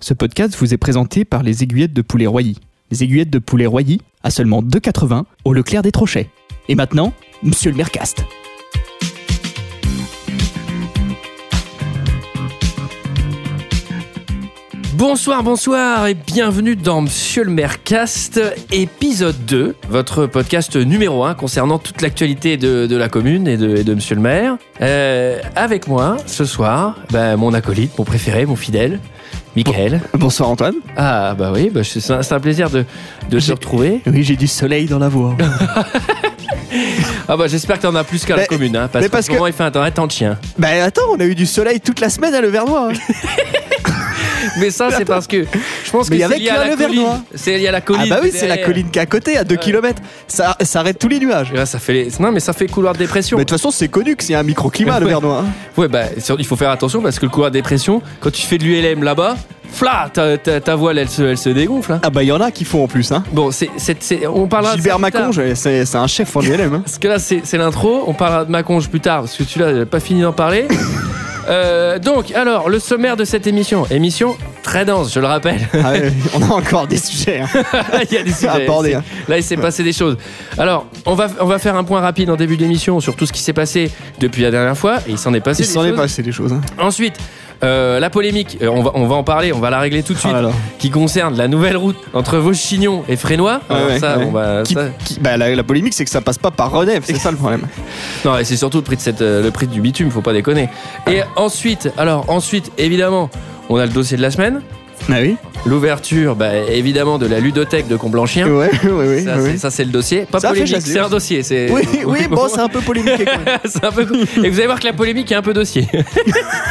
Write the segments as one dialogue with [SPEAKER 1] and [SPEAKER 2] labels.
[SPEAKER 1] Ce podcast vous est présenté par les aiguillettes de poulet Royer. Les aiguillettes de poulet Royer à seulement 2,80 au Leclerc des Trochets. Et maintenant, Monsieur le Mercast.
[SPEAKER 2] Bonsoir, bonsoir et bienvenue dans Monsieur le Mercast, épisode 2, votre podcast numéro 1 concernant toute l'actualité de, de la commune et de, et de Monsieur le Maire. Euh, avec moi, ce soir, bah, mon acolyte, mon préféré, mon fidèle, Michael.
[SPEAKER 1] Bonsoir Antoine.
[SPEAKER 2] Ah bah oui, bah, c'est c'est un, c'est un plaisir de, de se
[SPEAKER 1] J'ai-
[SPEAKER 2] retrouver.
[SPEAKER 1] Oui, j'ai du soleil dans la voix.
[SPEAKER 2] Ah bah j'espère que t'en as plus qu'à la
[SPEAKER 1] Mais-
[SPEAKER 2] commune, hein, parce,
[SPEAKER 1] mais parce
[SPEAKER 2] qu'en ce moment, il fait un temps, un temps de chien.
[SPEAKER 1] bah attends, on a eu du soleil toute la semaine à hein. Le Vernois.
[SPEAKER 2] Mais ça, c'est parce que je pense que
[SPEAKER 1] Mais il y
[SPEAKER 2] c'est
[SPEAKER 1] avait
[SPEAKER 2] lié, à
[SPEAKER 1] qu'un
[SPEAKER 2] la
[SPEAKER 1] Levernois.
[SPEAKER 2] colline. C'est lié à la colline.
[SPEAKER 1] ah bah oui,
[SPEAKER 2] qui est
[SPEAKER 1] c'est la
[SPEAKER 2] derrière.
[SPEAKER 1] colline qui est à côté, à 2
[SPEAKER 2] Ouais.
[SPEAKER 1] km. Ça, ça arrête tous les nuages.
[SPEAKER 2] Et là, ça fait les- Non mais ça fait couloir de dépression.
[SPEAKER 1] Mais de toute façon, c'est connu que c'est un microclimat à Le
[SPEAKER 2] Ouais.
[SPEAKER 1] Vernois. hein.
[SPEAKER 2] Ouais, bah, sur- il faut faire attention parce que le couloir de dépression, quand tu fais de l'ULM là-bas, fla, ta, ta- ta voile, elle se, elle se dégonfle. hein.
[SPEAKER 1] Ah bah il y en a qui font en plus. Hein.
[SPEAKER 2] Bon, c'est, c'est- c'est- on parlera de ça
[SPEAKER 1] Gilbert
[SPEAKER 2] plus tard.
[SPEAKER 1] Macon, je- c'est c'est un chef en ULM. hein.
[SPEAKER 2] Parce que là, c'est, c'est l'intro, on parlera de Maconge plus tard parce que celui-là, j'ai pas fini d'en parler. Euh, donc, alors, le sommaire de cette émission. Émission très dense, je le rappelle.
[SPEAKER 1] Ah ouais, on a encore des sujets. hein.
[SPEAKER 2] il y a des sujets.
[SPEAKER 1] aborder,
[SPEAKER 2] C'est-
[SPEAKER 1] hein.
[SPEAKER 2] Là, il s'est passé des choses. Alors, on va, on va faire un point rapide en début d'émission sur tout ce qui s'est passé depuis la dernière fois. Et il s'en est passé.
[SPEAKER 1] Il
[SPEAKER 2] des
[SPEAKER 1] s'en est
[SPEAKER 2] choses.
[SPEAKER 1] passé des choses. hein.
[SPEAKER 2] Ensuite, euh, la polémique, euh, on, va, on va en parler, on va la régler tout de
[SPEAKER 1] Oh
[SPEAKER 2] suite,
[SPEAKER 1] là là.
[SPEAKER 2] qui concerne la nouvelle route entre Vauchignon et Frénois.
[SPEAKER 1] Ouais,
[SPEAKER 2] Alors
[SPEAKER 1] ouais,
[SPEAKER 2] ça,
[SPEAKER 1] ouais.
[SPEAKER 2] on va-
[SPEAKER 1] Qui-
[SPEAKER 2] ça-
[SPEAKER 1] qui- bah, la, la polémique, c'est que ça passe pas par Renève, c'est ça le problème.
[SPEAKER 2] Non, et c'est surtout le prix, de cette, euh, le prix du bitume, faut pas déconner. Et ensuite, alors ensuite, évidemment, on a le dossier de la semaine,
[SPEAKER 1] Ah oui
[SPEAKER 2] l'ouverture, bah, évidemment, de la ludothèque de Comblanchien.
[SPEAKER 1] Ouais, oui, oui.
[SPEAKER 2] Ça, c'est-
[SPEAKER 1] oui.
[SPEAKER 2] ça, c'est le dossier. Pas
[SPEAKER 1] Ça a fait
[SPEAKER 2] polémique,
[SPEAKER 1] jaser
[SPEAKER 2] c'est un
[SPEAKER 1] aussi.
[SPEAKER 2] dossier. c'est-
[SPEAKER 1] Oui, oui, bon, c'est un peu polémique. quand même.
[SPEAKER 2] c'est un peu. Et vous allez voir que la polémique est un peu dossier.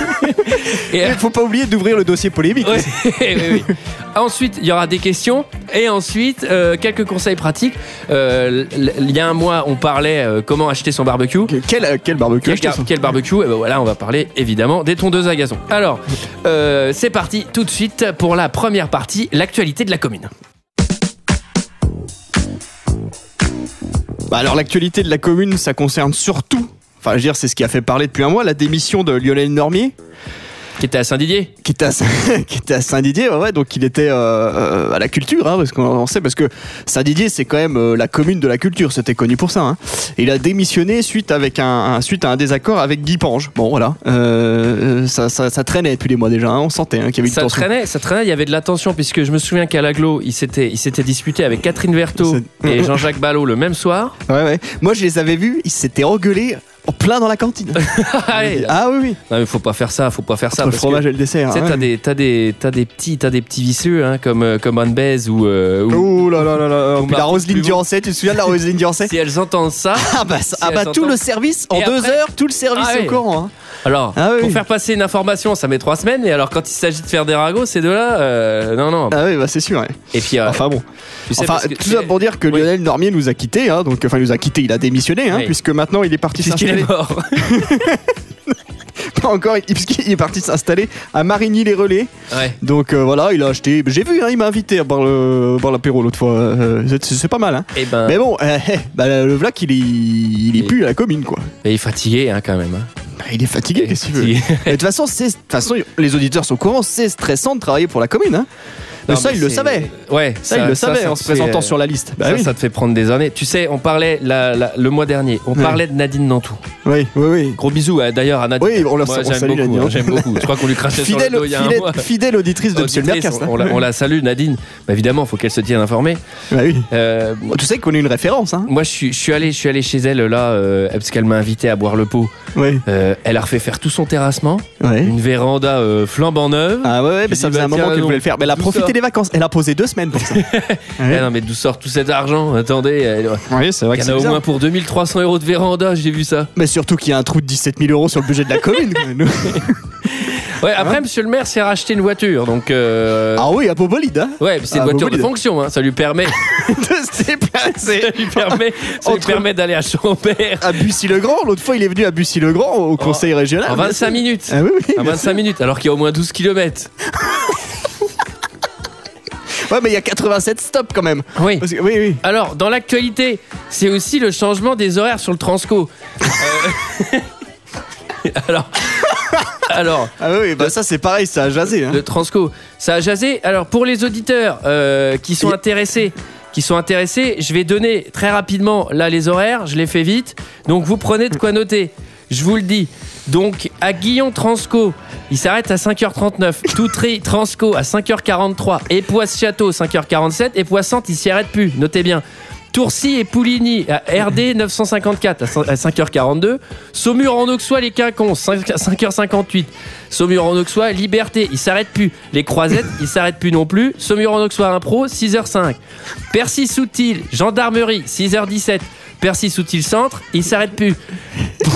[SPEAKER 2] et
[SPEAKER 1] Mais faut pas oublier d'ouvrir le dossier polémique.
[SPEAKER 2] Oui, oui, oui. Ensuite, il y aura des questions et ensuite euh, quelques conseils pratiques. Euh, l- l- il y a un mois, on parlait euh, comment acheter son barbecue.
[SPEAKER 1] Que- Quel, quel barbecue
[SPEAKER 2] Quel,
[SPEAKER 1] acheter, ça
[SPEAKER 2] quel barbecue Et ben voilà, on va parler évidemment des tondeuses à gazon. Alors, euh, c'est parti tout de suite pour la première partie, l'actualité de la commune.
[SPEAKER 1] Bah alors l'actualité de la commune, ça concerne surtout, enfin je veux dire, c'est ce qui a fait parler depuis un mois, la démission de Lionel Normier,
[SPEAKER 2] Qui était à Saint-Didier
[SPEAKER 1] qui était à, Saint- qui était à Saint-Didier, ouais, ouais, donc il était euh, euh, à la culture, hein, parce qu'on en sait, parce que Saint-Didier, c'est quand même euh, la commune de la culture, c'était connu pour ça. hein. Et il a démissionné suite, avec un, un- suite à un désaccord avec Guy Pange. Bon voilà, Euh, euh, ça, ça- ça traînait depuis des mois déjà, hein, on sentait hein, qu'il y avait une
[SPEAKER 2] ça
[SPEAKER 1] tension.
[SPEAKER 2] traînait, ça traînait, il y avait de la tension puisque je me souviens qu'à l'aglo, il s'était, il s'était disputé avec Catherine Vertot
[SPEAKER 1] C'est-
[SPEAKER 2] et Jean-Jacques Ballot le même soir.
[SPEAKER 1] Ouais, ouais. Moi je les avais vus, ils s'étaient engueulés en plein dans la cantine.
[SPEAKER 2] Ah, ouais.
[SPEAKER 1] ah oui, oui,
[SPEAKER 2] Non, mais faut pas faire ça, faut pas faire ça.
[SPEAKER 1] entre le
[SPEAKER 2] parce que-
[SPEAKER 1] fromage et le dessert. hein,
[SPEAKER 2] Tu sais,
[SPEAKER 1] Ah ouais.
[SPEAKER 2] t'as des, t'as des, t'as des petits, t'as des petits vicieux, hein, comme, euh, comme Anne Baise ou, euh, ou-
[SPEAKER 1] Oh là là là là.
[SPEAKER 2] Ou
[SPEAKER 1] Puis la
[SPEAKER 2] Martin
[SPEAKER 1] Roselyne
[SPEAKER 2] Pruvot.
[SPEAKER 1] Duracet, tu te souviens de la Roselyne Duracet
[SPEAKER 2] si elles entendent ça.
[SPEAKER 1] Ah bah, ça-
[SPEAKER 2] Si
[SPEAKER 1] ah
[SPEAKER 2] elles
[SPEAKER 1] bah
[SPEAKER 2] entendent.
[SPEAKER 1] tout le service, en
[SPEAKER 2] Et
[SPEAKER 1] deux
[SPEAKER 2] après-
[SPEAKER 1] heures, tout le service
[SPEAKER 2] Ah
[SPEAKER 1] est
[SPEAKER 2] ouais.
[SPEAKER 1] au courant. hein.
[SPEAKER 2] Alors,
[SPEAKER 1] Ah oui.
[SPEAKER 2] pour faire passer une information, ça met trois semaines, et alors quand il s'agit de faire des ragots, ces deux-là, euh, non, non.
[SPEAKER 1] Ah oui, bah c'est sûr. ouais.
[SPEAKER 2] Et puis, euh,
[SPEAKER 1] Enfin bon.
[SPEAKER 2] tu sais,
[SPEAKER 1] enfin,
[SPEAKER 2] parce que-
[SPEAKER 1] tout ça pour dire que
[SPEAKER 2] Oui.
[SPEAKER 1] Lionel Normier nous a quittés, hein, donc enfin il nous a quittés, il a démissionné, hein,
[SPEAKER 2] Oui.
[SPEAKER 1] puisque maintenant il est parti
[SPEAKER 2] puisqu'il
[SPEAKER 1] s'installer.
[SPEAKER 2] est mort.
[SPEAKER 1] Pas encore, il- puisqu'il est parti s'installer à Marigny-les-Relais.
[SPEAKER 2] ouais.
[SPEAKER 1] Donc euh, voilà, il a acheté. J'ai vu, hein, il m'a invité à boire le- boire l'apéro l'autre fois. euh, c'est- c'est pas mal. hein.
[SPEAKER 2] Et ben,
[SPEAKER 1] Mais bon, euh, eh, bah, le Vlac, il est, il est
[SPEAKER 2] Oui.
[SPEAKER 1] plus à la commune, quoi.
[SPEAKER 2] mais il est fatigué, hein, quand même. hein.
[SPEAKER 1] Bah, il est fatigué,
[SPEAKER 2] Il est
[SPEAKER 1] qu'est-ce que tu veux
[SPEAKER 2] fatigué.
[SPEAKER 1] Mais de toute façon, c'est- de toute façon, les auditeurs sont au courant, c'est stressant de travailler pour la commune. Hein. Mais
[SPEAKER 2] Non,
[SPEAKER 1] ça,
[SPEAKER 2] mais
[SPEAKER 1] ils le
[SPEAKER 2] c'est-
[SPEAKER 1] savaient.
[SPEAKER 2] Ouais.
[SPEAKER 1] Ça, ils le savaient
[SPEAKER 2] ça
[SPEAKER 1] en
[SPEAKER 2] te
[SPEAKER 1] se présentant
[SPEAKER 2] fait, euh,
[SPEAKER 1] sur la liste. Bah
[SPEAKER 2] ça,
[SPEAKER 1] oui.
[SPEAKER 2] ça te fait prendre des années. Tu sais, on parlait la- la- le mois dernier, on
[SPEAKER 1] Ouais.
[SPEAKER 2] parlait de Nadine Nantou.
[SPEAKER 1] oui, oui, oui.
[SPEAKER 2] Gros bisous euh, d'ailleurs à Nadine.
[SPEAKER 1] Oui, on la-
[SPEAKER 2] Moi,
[SPEAKER 1] on
[SPEAKER 2] j'aime
[SPEAKER 1] salue
[SPEAKER 2] beaucoup.
[SPEAKER 1] Nadine.
[SPEAKER 2] hein, J'aime beaucoup. Je crois qu'on lui crachait sur le
[SPEAKER 1] Fidèle,
[SPEAKER 2] dos il y a un
[SPEAKER 1] fidèle-
[SPEAKER 2] mois.
[SPEAKER 1] fidèle auditrice de Monsieur le
[SPEAKER 2] Auditrice,
[SPEAKER 1] Mercast. hein.
[SPEAKER 2] on, la, on la salue, Nadine. Bah, évidemment, faut qu'elle se tienne informée.
[SPEAKER 1] Bah oui.
[SPEAKER 2] Euh,
[SPEAKER 1] Bon, Tu sais qu'on est une référence. Hein.
[SPEAKER 2] moi, je suis, je suis allé, je suis allé chez elle là euh, parce qu'elle m'a invité à boire le pot.
[SPEAKER 1] Oui.
[SPEAKER 2] Euh, elle a refait faire tout son terrassement,
[SPEAKER 1] Ouais.
[SPEAKER 2] une véranda euh, flambant neuve.
[SPEAKER 1] Ah ouais, ouais,
[SPEAKER 2] J'ai
[SPEAKER 1] mais ça
[SPEAKER 2] dit,
[SPEAKER 1] faisait
[SPEAKER 2] bah,
[SPEAKER 1] un moment
[SPEAKER 2] tiens,
[SPEAKER 1] qu'elle
[SPEAKER 2] non.
[SPEAKER 1] voulait le faire. Mais elle a
[SPEAKER 2] Tout
[SPEAKER 1] profité
[SPEAKER 2] ça.
[SPEAKER 1] des vacances. Elle a posé deux semaines pour ça.
[SPEAKER 2] Eh non, mais d'où sort tout cet argent Attendez, elle-
[SPEAKER 1] Oui, c'est vrai
[SPEAKER 2] il y en a au moins pour 2300 euros de véranda. J'ai vu ça.
[SPEAKER 1] Mais surtout qu'il y a un trou de 17 000 euros sur le budget de la commune. quand même.
[SPEAKER 2] Ouais. Après, Monsieur le Maire s'est racheté une voiture, donc. euh,
[SPEAKER 1] ah oui, à Bobolide. Hein.
[SPEAKER 2] Ouais, c'est une
[SPEAKER 1] Ah,
[SPEAKER 2] voiture de
[SPEAKER 1] mobile.
[SPEAKER 2] fonction, hein, ça lui permet,
[SPEAKER 1] De se
[SPEAKER 2] ça
[SPEAKER 1] déplacer.
[SPEAKER 2] lui permet, ça lui
[SPEAKER 1] Entre-
[SPEAKER 2] permet d'aller à Chambert
[SPEAKER 1] À Bussy-le-Grand. L'autre fois, il est venu à Bussy-le-Grand au conseil régional.
[SPEAKER 2] Oh. en 25 minutes.
[SPEAKER 1] Ah oui, oui.
[SPEAKER 2] À
[SPEAKER 1] bien
[SPEAKER 2] 25 minutes, alors qu'il y a au moins 12 km.
[SPEAKER 1] Ouais, mais il y a 87 stops quand même.
[SPEAKER 2] Oui.
[SPEAKER 1] Parce que- oui, oui.
[SPEAKER 2] Alors, dans l'actualité, c'est aussi le changement des horaires sur le Transco. Euh, Alors, Alors,
[SPEAKER 1] Ah oui, bah ça c'est pareil, ça a jasé. hein.
[SPEAKER 2] le Transco, ça a jasé. Alors, pour les auditeurs euh, qui sont
[SPEAKER 1] Et-
[SPEAKER 2] intéressés, qui sont intéressés, je vais donner très rapidement là les horaires. Je les fais vite. Donc, vous prenez de quoi noter. Je vous le dis. Donc, à Guillon Transco, il s'arrête à 5h39. Toutry Transco à 5h43. Et Poisse Château, 5h47. Et Poissante, il s'y arrête plus. Notez bien. Tourcy et Pouligny à RD 954 à 5- à 5h42. Saumur en Auxois, les Quinconces, 5- 5h58. Saumur en Auxois, Liberté, ils s'arrêtent plus. Les Croisettes, ils s'arrêtent plus non plus. Saumur en Auxois, Impro, 6h05. Percy Soutil, Gendarmerie, 6h17. Percy Soutil Centre, ils s'arrêtent plus.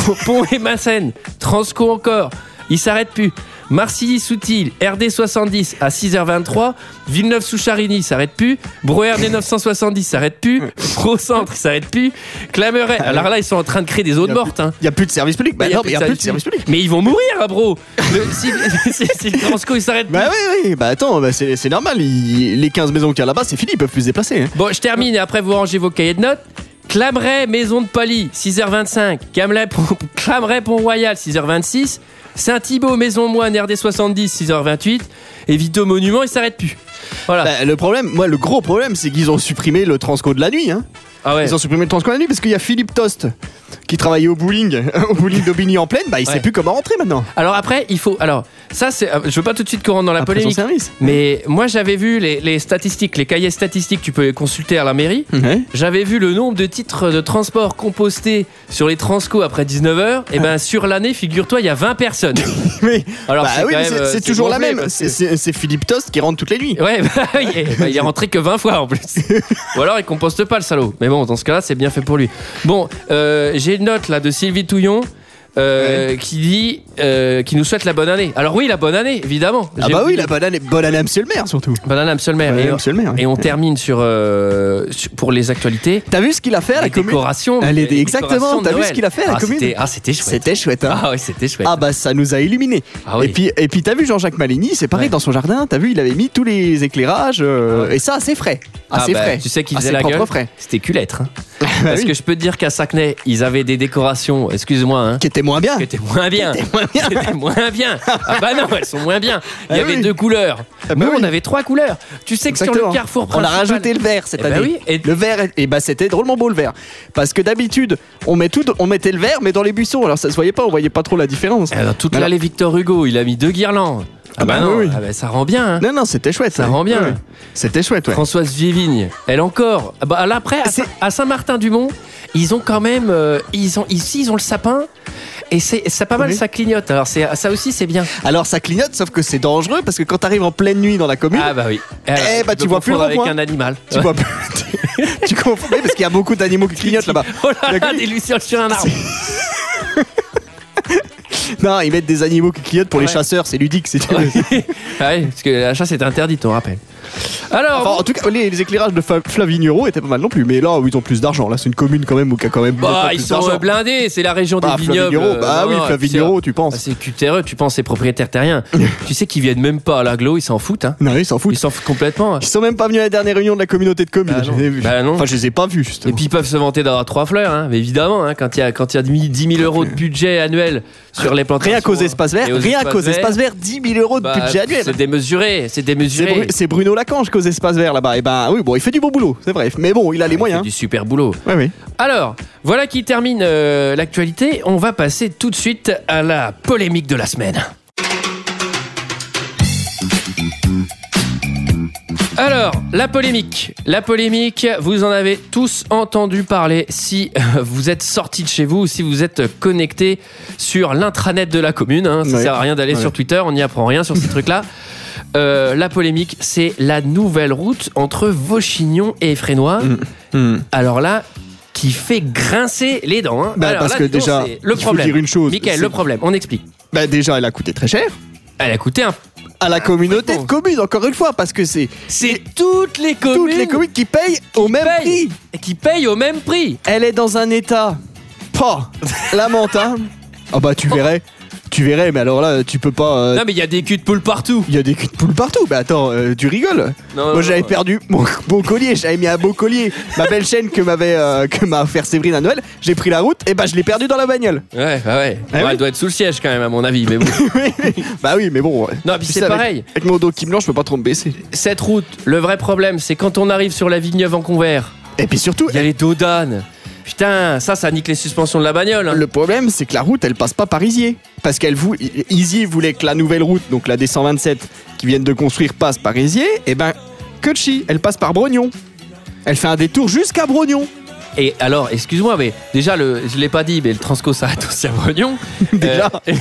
[SPEAKER 2] Pont- Pont et Massène, Transco encore, ils s'arrêtent plus. Marcilly Soutil, RD 70 à 6h23, Villeneuve Soucharigny s'arrête plus, Breuer des 970 s'arrête plus, Pro Centre s'arrête plus, Clameret. Alors là ils sont en train de créer des
[SPEAKER 1] Ah Il y
[SPEAKER 2] zones
[SPEAKER 1] a
[SPEAKER 2] mortes. Hein.
[SPEAKER 1] Il n'y a plus de service public. Bah
[SPEAKER 2] Il y a
[SPEAKER 1] non,
[SPEAKER 2] plus
[SPEAKER 1] mais il n'y
[SPEAKER 2] de
[SPEAKER 1] a plus de
[SPEAKER 2] service
[SPEAKER 1] service public.
[SPEAKER 2] Mais ils vont mourir, hein, bro. Le- si, si- si le Transco il s'arrête.
[SPEAKER 1] Bah oui, oui, bah attends, bah c'est c'est normal. il- les 15 maisons qu'il y a là-bas, c'est fini, ils peuvent plus se déplacer. hein.
[SPEAKER 2] Bon, je termine et après vous rangez vos cahiers de notes. Clameret, Maison de Paly, 6h25. Camelet, Pont- Clameret, Pont-Royal, 6h26. Saint-Thibault, Maison Moine, RD 70, 6h28. Et Vito Monument, il s'arrête plus. Voilà.
[SPEAKER 1] Bah, le problème, moi, le gros problème, c'est qu'ils ont supprimé le transco de la nuit. Hein.
[SPEAKER 2] ah ouais.
[SPEAKER 1] Ils ont supprimé le transco de la nuit parce qu'il y a Philippe Tost qui travaillait au bowling, au bowling d'Aubigny en pleine. Bah, il
[SPEAKER 2] Ouais.
[SPEAKER 1] sait plus comment rentrer maintenant.
[SPEAKER 2] Alors après, il faut. Alors, ça, c'est. euh, Je veux pas tout de suite qu'on rentre dans la
[SPEAKER 1] Après son
[SPEAKER 2] polémique.
[SPEAKER 1] service.
[SPEAKER 2] Mais moi, j'avais vu les, les statistiques, les cahiers statistiques, tu peux les consulter à la mairie.
[SPEAKER 1] Ouais.
[SPEAKER 2] J'avais vu le nombre de titres de transport compostés sur les transcos après 19h.
[SPEAKER 1] Ah.
[SPEAKER 2] Et ben sur l'année, figure-toi, il y a 20 personnes.
[SPEAKER 1] Mais
[SPEAKER 2] Alors
[SPEAKER 1] bah
[SPEAKER 2] c'est
[SPEAKER 1] oui,
[SPEAKER 2] quand
[SPEAKER 1] mais
[SPEAKER 2] même,
[SPEAKER 1] c'est-
[SPEAKER 2] euh,
[SPEAKER 1] c'est toujours la
[SPEAKER 2] gonflé,
[SPEAKER 1] même.
[SPEAKER 2] parce que-
[SPEAKER 1] C'est- C'est c'est Philippe Tost qui rentre toutes les nuits.
[SPEAKER 2] Ouais, bah, oui, et bah, il est rentré que 20 fois en plus. Ou alors il composte pas le salaud. Mais bon, dans ce cas-là, c'est bien fait pour lui. Bon, euh, j'ai une note là de Sylvie Touillon. euh, qui dit euh, qui nous souhaite la bonne année. Alors oui, la bonne année, évidemment.
[SPEAKER 1] Ah
[SPEAKER 2] J'ai-
[SPEAKER 1] bah oui, la bonne année, bonne année à Monsieur le Maire surtout.
[SPEAKER 2] bonne année, à Monsieur le Maire.
[SPEAKER 1] Bonne année
[SPEAKER 2] Et,
[SPEAKER 1] à Monsieur le Maire.
[SPEAKER 2] et on termine sur, euh, sur- pour les actualités.
[SPEAKER 1] T'as vu ce qu'il a fait à Ah, la
[SPEAKER 2] les
[SPEAKER 1] commune
[SPEAKER 2] décorations.
[SPEAKER 1] Elle est-
[SPEAKER 2] les
[SPEAKER 1] exactement,
[SPEAKER 2] décorations de
[SPEAKER 1] t'as vu
[SPEAKER 2] Noël.
[SPEAKER 1] ce qu'il a fait à la
[SPEAKER 2] Ah,
[SPEAKER 1] commune
[SPEAKER 2] c'était- Ah, c'était chouette.
[SPEAKER 1] C'était chouette. Hein
[SPEAKER 2] Ah oui, c'était chouette.
[SPEAKER 1] Ah bah ça nous a illuminés.
[SPEAKER 2] Ah oui.
[SPEAKER 1] Et puis et puis t'as vu Jean-Jacques Maligny, c'est pareil
[SPEAKER 2] Ouais.
[SPEAKER 1] dans son jardin. T'as vu, il avait mis tous les éclairages euh,
[SPEAKER 2] Ah ouais.
[SPEAKER 1] et ça assez frais,
[SPEAKER 2] Ah
[SPEAKER 1] assez
[SPEAKER 2] bah,
[SPEAKER 1] frais.
[SPEAKER 2] Tu sais qu'ils
[SPEAKER 1] À
[SPEAKER 2] faisaient
[SPEAKER 1] ses
[SPEAKER 2] la
[SPEAKER 1] propres
[SPEAKER 2] gueule.
[SPEAKER 1] frais.
[SPEAKER 2] C'était culêtre. hein.
[SPEAKER 1] Bah
[SPEAKER 2] Parce
[SPEAKER 1] oui.
[SPEAKER 2] que je peux te dire qu'à Sacnay, ils avaient des décorations, excuse-moi, hein,
[SPEAKER 1] Qui était moins bien.
[SPEAKER 2] qui étaient moins bien.
[SPEAKER 1] Qui était moins bien.
[SPEAKER 2] Qui étaient moins bien. Ah bah non, elles sont moins bien. Il y
[SPEAKER 1] Ah
[SPEAKER 2] avait
[SPEAKER 1] oui.
[SPEAKER 2] deux couleurs.
[SPEAKER 1] Ah bah
[SPEAKER 2] Nous,
[SPEAKER 1] oui.
[SPEAKER 2] on avait trois couleurs. Tu sais que sur
[SPEAKER 1] Exactement.
[SPEAKER 2] le carrefour
[SPEAKER 1] On a
[SPEAKER 2] principal-
[SPEAKER 1] rajouté le vert cette
[SPEAKER 2] Eh bah
[SPEAKER 1] année.
[SPEAKER 2] oui, et-
[SPEAKER 1] Le vert, et bah c'était drôlement beau le vert. Parce que d'habitude, on, met tout, on mettait le vert, mais dans les buissons. Alors ça se voyait pas, on voyait pas trop la différence.
[SPEAKER 2] Ah, Dans toute
[SPEAKER 1] Mais
[SPEAKER 2] l'allée Victor Hugo, il a mis deux guirlandes. Ah
[SPEAKER 1] Ah
[SPEAKER 2] bah
[SPEAKER 1] bah
[SPEAKER 2] non,
[SPEAKER 1] oui.
[SPEAKER 2] ah bah ça rend bien. hein.
[SPEAKER 1] Non, non, c'était chouette.
[SPEAKER 2] Ça
[SPEAKER 1] ouais.
[SPEAKER 2] rend bien.
[SPEAKER 1] Ouais. C'était chouette, ouais.
[SPEAKER 2] Françoise Vievigne, elle encore. Ah Bah, là, après, à,
[SPEAKER 1] C'est-
[SPEAKER 2] Saint- à Saint-Martin-du-Mont, ils ont quand même. euh, ils ont, ici, ils ont le sapin. Et c'est ça pas mal,
[SPEAKER 1] Oui.
[SPEAKER 2] ça clignote. Alors c'est- ça aussi, c'est bien.
[SPEAKER 1] Alors ça clignote, sauf que c'est dangereux parce que quand t'arrives en pleine nuit dans la commune,
[SPEAKER 2] Ah bah oui. Eh
[SPEAKER 1] bah, tu vois plus le
[SPEAKER 2] avec
[SPEAKER 1] rond-point.
[SPEAKER 2] un animal.
[SPEAKER 1] tu vois plus. tu- tu comprends mais parce qu'il y a beaucoup d'animaux qui clignotent là-bas.
[SPEAKER 2] Oh là là,
[SPEAKER 1] D'accord.
[SPEAKER 2] des lucioles sur un arbre.
[SPEAKER 1] Non, ils mettent des animaux qui clignotent pour
[SPEAKER 2] Ouais.
[SPEAKER 1] les chasseurs, c'est ludique. C'est...
[SPEAKER 2] Ah ouais, parce que la chasse est interdite, on rappelle. Alors,
[SPEAKER 1] Enfin, en tout cas, les, les éclairages de Fa- Flavignero étaient pas mal non plus, mais là où ils ont plus d'argent, là c'est une commune quand même où qui a quand même.
[SPEAKER 2] bah,
[SPEAKER 1] beaucoup
[SPEAKER 2] ils
[SPEAKER 1] plus
[SPEAKER 2] sont
[SPEAKER 1] d'argent.
[SPEAKER 2] euh, blindés, c'est la région
[SPEAKER 1] Bah,
[SPEAKER 2] des vignobles.
[SPEAKER 1] Flavignero,
[SPEAKER 2] euh,
[SPEAKER 1] bah
[SPEAKER 2] non,
[SPEAKER 1] oui,
[SPEAKER 2] non,
[SPEAKER 1] Flavignero,
[SPEAKER 2] c'est-
[SPEAKER 1] tu
[SPEAKER 2] ah,
[SPEAKER 1] penses.
[SPEAKER 2] C'est cutéreux, tu penses, ces propriétaires terriens. tu sais qu'ils viennent même pas à l'aglo, ils s'en foutent. Hein.
[SPEAKER 1] Non, ils s'en foutent.
[SPEAKER 2] Ils s'en foutent complètement. hein.
[SPEAKER 1] Ils sont même pas venus à la dernière réunion de la communauté de communes.
[SPEAKER 2] Bah non.
[SPEAKER 1] je les ai vus.
[SPEAKER 2] Bah non.
[SPEAKER 1] Enfin, je les ai pas vus, justement.
[SPEAKER 2] Et puis ils peuvent se vanter d'avoir trois fleurs, hein. mais évidemment, hein, quand il y a, quand il y a 10 000 euros de budget annuel sur les plantations.
[SPEAKER 1] rien qu'aux espaces verts,
[SPEAKER 2] et aux
[SPEAKER 1] rien
[SPEAKER 2] espaces
[SPEAKER 1] qu'aux
[SPEAKER 2] verts,
[SPEAKER 1] espaces verts, 10 000 euros de
[SPEAKER 2] bah,
[SPEAKER 1] budget annuel.
[SPEAKER 2] C'est démesuré, c'est
[SPEAKER 1] C'est
[SPEAKER 2] démesuré.
[SPEAKER 1] Bru- C'est Bruno Lacanche qu'aux espaces verts là-bas. Et ben oui, bon, il fait du bon boulot, c'est vrai. Mais bon, il a les
[SPEAKER 2] C'est
[SPEAKER 1] moyens.
[SPEAKER 2] du super boulot.
[SPEAKER 1] Ouais, oui.
[SPEAKER 2] Alors, voilà qui termine euh, l'actualité. On va passer tout de suite à la polémique de la semaine. Alors, la polémique. La polémique, vous en avez tous entendu parler si euh, vous êtes sorti de chez vous, ou si vous êtes connecté sur l'intranet de la commune. hein. ça
[SPEAKER 1] Ouais.
[SPEAKER 2] sert à rien d'aller
[SPEAKER 1] Ouais.
[SPEAKER 2] sur Twitter, on n'y apprend rien sur ces trucs-là. Euh, la polémique, c'est la nouvelle route entre Vauchignon et Frénois. Alors là, qui fait grincer les dents. hein.
[SPEAKER 1] Bah,
[SPEAKER 2] Alors
[SPEAKER 1] parce
[SPEAKER 2] là,
[SPEAKER 1] que
[SPEAKER 2] dis donc,
[SPEAKER 1] déjà,
[SPEAKER 2] c'est le
[SPEAKER 1] il faut
[SPEAKER 2] problème.
[SPEAKER 1] dire une chose,
[SPEAKER 2] Mickaël,
[SPEAKER 1] c'est-
[SPEAKER 2] le problème, on explique.
[SPEAKER 1] Bah, déjà, elle a coûté très cher
[SPEAKER 2] Elle a coûté un.
[SPEAKER 1] à
[SPEAKER 2] Ah,
[SPEAKER 1] la communauté de communes, encore une fois, parce que c'est
[SPEAKER 2] C'est toutes les communes,
[SPEAKER 1] toutes les communes qui payent au même
[SPEAKER 2] payent-
[SPEAKER 1] prix.
[SPEAKER 2] qui payent au même prix.
[SPEAKER 1] Elle est dans un état Pouah, lamentable. Ah bah tu verrais. tu verrais, mais alors là, tu peux pas. euh,
[SPEAKER 2] Non, mais il y a des culs de poule partout.
[SPEAKER 1] il y a des culs de poule partout. Bah attends, euh, tu rigoles.
[SPEAKER 2] Non, non,
[SPEAKER 1] Moi j'avais
[SPEAKER 2] non.
[SPEAKER 1] perdu mon beau collier, j'avais mis un beau collier. Ma belle chaîne que m'avait euh, que m'a offert Séverine à Noël, j'ai pris la route et bah je l'ai perdu dans la bagnole.
[SPEAKER 2] Ouais, bah ouais.
[SPEAKER 1] Ah
[SPEAKER 2] Ouais,
[SPEAKER 1] oui
[SPEAKER 2] Elle doit être sous le siège quand même, à mon avis. Mais bon.
[SPEAKER 1] bah oui, mais bon. ouais.
[SPEAKER 2] non, puis
[SPEAKER 1] Tu
[SPEAKER 2] c'est
[SPEAKER 1] sais, avec-
[SPEAKER 2] pareil.
[SPEAKER 1] Avec mon dos qui me blanc, je peux pas trop me baisser.
[SPEAKER 2] Cette route, le vrai problème, c'est quand on arrive sur la Vigneuve en convert,
[SPEAKER 1] Et puis surtout,
[SPEAKER 2] il y a les dodanes. Putain, ça, ça nique les suspensions de la bagnole. hein.
[SPEAKER 1] le problème c'est que la route elle passe pas par Isier. Parce qu'elle vou... Isier voulait que la nouvelle route, donc la D127 qui viennent de construire, passe par Isier. Et ben, Kochi, elle passe par Brognon. Elle fait un détour jusqu'à Brognon.
[SPEAKER 2] Et alors, excuse-moi, mais déjà, le, je l'ai pas dit, mais le Transco s'arrête aussi à Brognon.
[SPEAKER 1] Déjà.
[SPEAKER 2] Euh,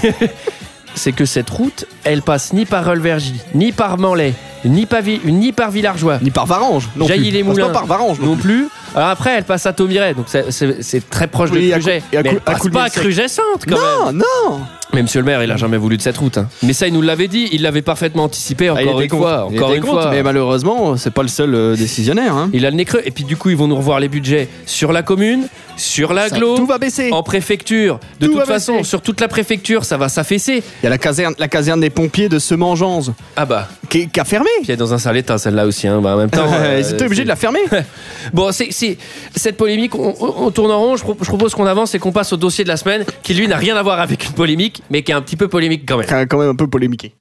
[SPEAKER 2] c'est que cette route, elle passe ni par Olvergy, ni par Manlay, ni par, Vi- ni par Villargeois,
[SPEAKER 1] Ni par Varanges. Non plus.
[SPEAKER 2] Jailly-les-Moulins.
[SPEAKER 1] Passe pas par Varanges. non
[SPEAKER 2] non plus. Alors après, elle passe à Tomiret, donc c'est- c'est c'est très proche
[SPEAKER 1] Oui,
[SPEAKER 2] de
[SPEAKER 1] à
[SPEAKER 2] Cruget.
[SPEAKER 1] Cou- et
[SPEAKER 2] Mais
[SPEAKER 1] à Cou-
[SPEAKER 2] elle
[SPEAKER 1] à
[SPEAKER 2] passe
[SPEAKER 1] Coulmiers
[SPEAKER 2] pas à
[SPEAKER 1] sec.
[SPEAKER 2] Cruget-Sainte, quand même.
[SPEAKER 1] Ah, Non, non
[SPEAKER 2] Mais monsieur le maire, il a jamais voulu de cette route. hein. Mais ça, il nous l'avait dit, il l'avait parfaitement anticipé
[SPEAKER 1] Ah,
[SPEAKER 2] encore
[SPEAKER 1] il
[SPEAKER 2] une
[SPEAKER 1] était
[SPEAKER 2] fois.
[SPEAKER 1] contre. Il
[SPEAKER 2] Encore
[SPEAKER 1] était
[SPEAKER 2] une
[SPEAKER 1] contre,
[SPEAKER 2] fois.
[SPEAKER 1] Mais malheureusement, c'est pas le seul euh, décisionnaire. hein.
[SPEAKER 2] Il a le nez creux. Et puis du coup, ils vont nous revoir les budgets sur la commune, sur
[SPEAKER 1] Ça-
[SPEAKER 2] l'agglo.
[SPEAKER 1] tout va baisser.
[SPEAKER 2] En préfecture, de
[SPEAKER 1] Tout
[SPEAKER 2] toute
[SPEAKER 1] va
[SPEAKER 2] façon,
[SPEAKER 1] baisser.
[SPEAKER 2] sur toute la préfecture, ça va s'affaisser.
[SPEAKER 1] Il y a la caserne, la caserne des pompiers de Semangenze
[SPEAKER 2] Ah bah,
[SPEAKER 1] qui, qui a fermé.
[SPEAKER 2] puis elle est dans un sale état celle-là aussi. Hein. Bah, en même temps, euh,
[SPEAKER 1] Ils étaient obligés de la fermer.
[SPEAKER 2] c'est- Bon, c'est c'est- cette polémique, on, on- on tourne en rond. Je, pro- je propose qu'on avance et qu'on passe au dossier de la semaine, qui lui n'a rien à voir avec une polémique, mais qui est un petit peu polémique quand même.
[SPEAKER 1] Qui a quand même un peu polémiqué.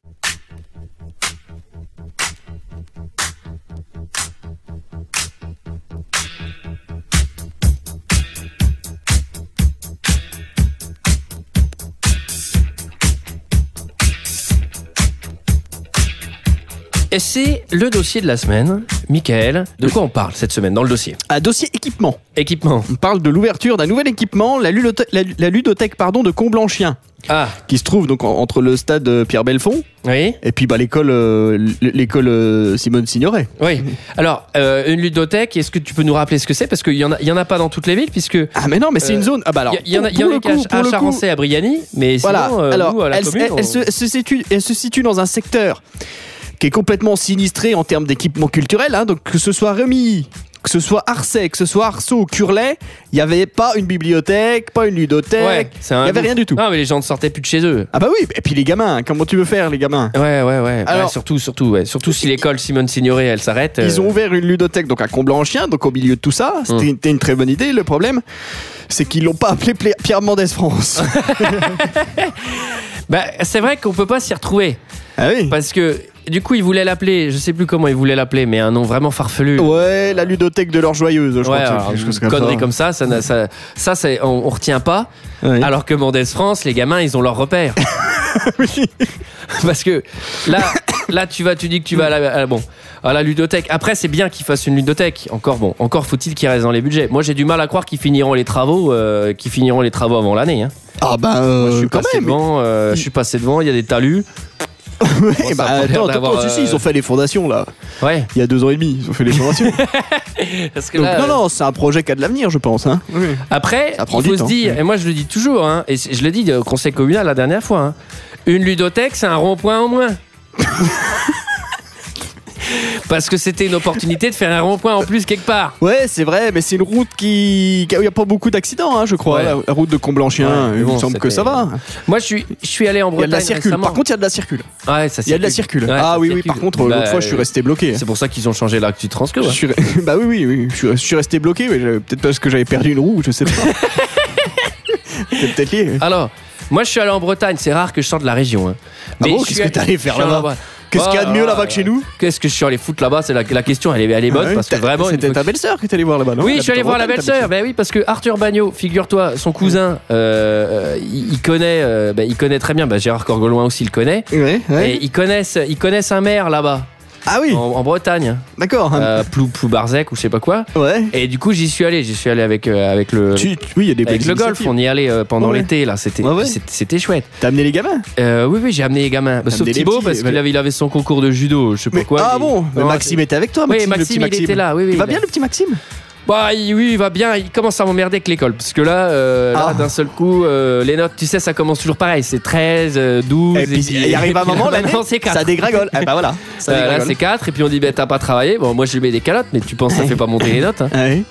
[SPEAKER 2] Et c'est le dossier de la semaine, Michael. De quoi on parle cette semaine dans le dossier
[SPEAKER 1] Un dossier équipement.
[SPEAKER 2] Équipement.
[SPEAKER 1] On parle de l'ouverture d'un nouvel équipement, la, lulothé- la- la ludothèque pardon, de Comblanchien,
[SPEAKER 2] Ah,
[SPEAKER 1] qui se trouve donc en- entre le stade euh, Pierre Belfond
[SPEAKER 2] oui.
[SPEAKER 1] et puis bah, l'école euh, l- l'école euh, Simone Signoret.
[SPEAKER 2] Oui. Alors, euh, une ludothèque, est-ce que tu peux nous rappeler ce que c'est Parce qu'il n'y en, a- il y en a pas dans toutes les villes, puisque.
[SPEAKER 1] Ah mais non, mais c'est
[SPEAKER 2] Euh,
[SPEAKER 1] une zone. Ah bah alors.
[SPEAKER 2] Il y, il y en a, il y en
[SPEAKER 1] pour
[SPEAKER 2] a
[SPEAKER 1] le
[SPEAKER 2] qu'à
[SPEAKER 1] coup,
[SPEAKER 2] à
[SPEAKER 1] pour le coup,
[SPEAKER 2] Charençay, à Brigny, mais sinon,
[SPEAKER 1] Voilà,
[SPEAKER 2] euh,
[SPEAKER 1] alors
[SPEAKER 2] nous, à la
[SPEAKER 1] elle,
[SPEAKER 2] commune,
[SPEAKER 1] elle- elle se,
[SPEAKER 2] on-
[SPEAKER 1] se situe, elle se situe dans un secteur qui est complètement sinistré en termes d'équipement culturel. hein. donc que ce soit Rémy, que ce soit Arcet, que ce soit Arceau ou Curlet, il n'y avait pas une bibliothèque, pas une
[SPEAKER 2] Ouais,
[SPEAKER 1] ludothèque,
[SPEAKER 2] c'est
[SPEAKER 1] il
[SPEAKER 2] un
[SPEAKER 1] n'y avait
[SPEAKER 2] gouffre.
[SPEAKER 1] rien du tout.
[SPEAKER 2] Non, mais les gens ne sortaient plus de chez eux.
[SPEAKER 1] Ah bah oui, et puis les gamins, comment tu veux faire les gamins
[SPEAKER 2] Ouais, ouais, ouais.
[SPEAKER 1] Alors-
[SPEAKER 2] Ouais, surtout, surtout, ouais. surtout si l'école Simone Signoret, elle s'arrête.
[SPEAKER 1] Ils
[SPEAKER 2] euh, Hum.
[SPEAKER 1] ont ouvert une ludothèque donc à Comblanchien, donc au milieu de tout ça. C'était une- c'était une très bonne idée. Le problème, c'est qu'ils l'ont pas appelé Pla- Pierre Mendès France.
[SPEAKER 2] Bah, c'est vrai qu'on peut pas s'y retrouver
[SPEAKER 1] ah oui.
[SPEAKER 2] parce que du coup, ils voulaient l'appeler. Je sais plus comment ils voulaient l'appeler, mais un nom vraiment farfelu.
[SPEAKER 1] Ouais, la ludothèque de l'or joyeuse, je
[SPEAKER 2] Ouais,
[SPEAKER 1] crois. que c'est
[SPEAKER 2] alors,
[SPEAKER 1] quelque chose
[SPEAKER 2] une connerie
[SPEAKER 1] ça.
[SPEAKER 2] comme ça, ça, n'a- ça, ça, c'est- on, on retient pas.
[SPEAKER 1] Ouais.
[SPEAKER 2] Alors que Mendès France, les gamins, ils ont leur repère. Parce que là, là, tu vas, tu dis que tu vas à la, à la- bon, à la ludothèque. Après, c'est bien qu'ils fassent une ludothèque. Encore bon, encore faut-il qu'ils restent dans les budgets. Moi, j'ai du mal à croire qu'ils finiront les travaux, euh, qu'ils finiront les travaux avant l'année. hein.
[SPEAKER 1] Ah bah, euh,
[SPEAKER 2] Moi, je suis
[SPEAKER 1] quand
[SPEAKER 2] passé
[SPEAKER 1] même.
[SPEAKER 2] devant, euh, je suis passé devant. Il y a des talus.
[SPEAKER 1] Eh
[SPEAKER 2] Bon, ça
[SPEAKER 1] bah,
[SPEAKER 2] a pas l'air
[SPEAKER 1] attends,
[SPEAKER 2] d'avoir,
[SPEAKER 1] attends, si, si,
[SPEAKER 2] euh,
[SPEAKER 1] ils ont fait les fondations là.
[SPEAKER 2] Ouais.
[SPEAKER 1] Il y a deux ans et demi, ils ont fait les fondations.
[SPEAKER 2] Parce que
[SPEAKER 1] Donc,
[SPEAKER 2] là, euh,
[SPEAKER 1] non, non, c'est un projet qui a de l'avenir, je pense. Hein.
[SPEAKER 2] Après,
[SPEAKER 1] Ça
[SPEAKER 2] il
[SPEAKER 1] prend
[SPEAKER 2] faut
[SPEAKER 1] du
[SPEAKER 2] se
[SPEAKER 1] temps.
[SPEAKER 2] dire, et moi je le dis toujours, hein, et je l'ai dit au conseil communal la dernière fois, hein, une ludothèque, c'est un rond-point en moins. Parce que c'était une opportunité de faire un rond-point en plus quelque part.
[SPEAKER 1] Ouais, c'est vrai, mais c'est une route qui. qui- où Il n'y a pas beaucoup d'accidents, hein, je crois.
[SPEAKER 2] Ouais.
[SPEAKER 1] La, la route de Comblanchien,
[SPEAKER 2] Ouais, mais
[SPEAKER 1] il
[SPEAKER 2] bon,
[SPEAKER 1] me semble que ça
[SPEAKER 2] c'était-
[SPEAKER 1] va.
[SPEAKER 2] Moi je suis, je suis allé en
[SPEAKER 1] Il y a
[SPEAKER 2] Bretagne.
[SPEAKER 1] de la circule.
[SPEAKER 2] récemment.
[SPEAKER 1] Par contre, il y a de la circule.
[SPEAKER 2] Ouais, ça
[SPEAKER 1] Il y a de la circule.
[SPEAKER 2] Ouais, ça
[SPEAKER 1] ah oui, oui,
[SPEAKER 2] circule.
[SPEAKER 1] par contre,
[SPEAKER 2] Bah,
[SPEAKER 1] l'autre fois, je suis
[SPEAKER 2] euh,
[SPEAKER 1] resté bloqué.
[SPEAKER 2] C'est pour ça qu'ils ont changé l'actu transco. hein.
[SPEAKER 1] Je
[SPEAKER 2] ouais.
[SPEAKER 1] suis re- bah oui, oui, oui. Je suis- je suis resté bloqué, mais j'avais- peut-être parce que j'avais perdu une roue, je sais pas. c'est peut-être lié.
[SPEAKER 2] Alors, moi je suis allé en Bretagne, c'est rare que je sorte de la région. hein.
[SPEAKER 1] Ah
[SPEAKER 2] Mais
[SPEAKER 1] bon,
[SPEAKER 2] je
[SPEAKER 1] qu'est-ce
[SPEAKER 2] suis
[SPEAKER 1] que
[SPEAKER 2] allé-
[SPEAKER 1] t'es allé faire
[SPEAKER 2] je suis allé en
[SPEAKER 1] là-bas
[SPEAKER 2] Bretagne.
[SPEAKER 1] Qu'est-ce qu'il y a de mieux
[SPEAKER 2] Ah,
[SPEAKER 1] là-bas que chez nous
[SPEAKER 2] Qu'est-ce que je suis allé foutre là-bas C'est la, la question, elle est, elle est bonne
[SPEAKER 1] Ouais,
[SPEAKER 2] parce que
[SPEAKER 1] t'as-
[SPEAKER 2] vraiment. une
[SPEAKER 1] C'était
[SPEAKER 2] fois
[SPEAKER 1] ta belle-sœur qui est allée voir là-bas, non
[SPEAKER 2] Oui, je suis allé
[SPEAKER 1] T'habites en
[SPEAKER 2] voir la
[SPEAKER 1] Bretagne,
[SPEAKER 2] belle-sœur. Ben oui, parce que Arthur Bagnot, figure-toi, son cousin, euh, euh, il, il connaît, euh, ben, il connaît très bien. ben, Gérard Corgoloin aussi le connaît.
[SPEAKER 1] t'habites- Ouais, ouais.
[SPEAKER 2] Et ils connaissent, ils connaissent un maire là-bas,
[SPEAKER 1] Ah oui,
[SPEAKER 2] en, en Bretagne,
[SPEAKER 1] d'accord.
[SPEAKER 2] euh, Plou, Ploubarzec ou je sais pas quoi.
[SPEAKER 1] Ouais.
[SPEAKER 2] Et du coup, j'y suis allé. J'y suis allé avec euh, avec le.
[SPEAKER 1] Tu- tu- oui, il y a des
[SPEAKER 2] Avec
[SPEAKER 1] belles
[SPEAKER 2] le golf,
[SPEAKER 1] initiatives.
[SPEAKER 2] on y allait euh, pendant
[SPEAKER 1] Ouais.
[SPEAKER 2] l'été, là, c'était
[SPEAKER 1] Ouais, ouais.
[SPEAKER 2] c'était- c'était chouette.
[SPEAKER 1] T'as amené les gamins
[SPEAKER 2] Euh, oui, oui, j'ai amené les gamins.
[SPEAKER 1] T'as
[SPEAKER 2] Bah, sauf
[SPEAKER 1] amené les
[SPEAKER 2] Thibaut,
[SPEAKER 1] petits,
[SPEAKER 2] parce qu'il
[SPEAKER 1] mais-
[SPEAKER 2] avait, il avait son concours de judo, je sais pas quoi.
[SPEAKER 1] Ah
[SPEAKER 2] mais-
[SPEAKER 1] bon mais
[SPEAKER 2] Non,
[SPEAKER 1] Maxime était avec toi,
[SPEAKER 2] Oui,
[SPEAKER 1] Maxime, le petit
[SPEAKER 2] Maxime, il
[SPEAKER 1] Maxime.
[SPEAKER 2] était là, oui, oui.
[SPEAKER 1] Il va
[SPEAKER 2] il a-
[SPEAKER 1] bien le petit Maxime
[SPEAKER 2] Bah il- oui, il va bien. Il commence à m'emmerder avec l'école. Parce que là, euh, là,
[SPEAKER 1] Ah.
[SPEAKER 2] d'un seul coup, euh, les notes, tu sais, ça commence toujours pareil. C'est 13, euh, 12.
[SPEAKER 1] Et puis il arrive un
[SPEAKER 2] puis là,
[SPEAKER 1] moment,
[SPEAKER 2] maintenant,
[SPEAKER 1] l'année,
[SPEAKER 2] c'est 4.
[SPEAKER 1] ça dégringole. Ah bah voilà, ça
[SPEAKER 2] Euh, là, c'est
[SPEAKER 1] dégringole.
[SPEAKER 2] 4. Et puis on dit, ben t'as pas travaillé. Bon, moi, je lui mets des calottes, mais tu penses que ça fait pas monter les notes. hein.
[SPEAKER 1] Ah oui.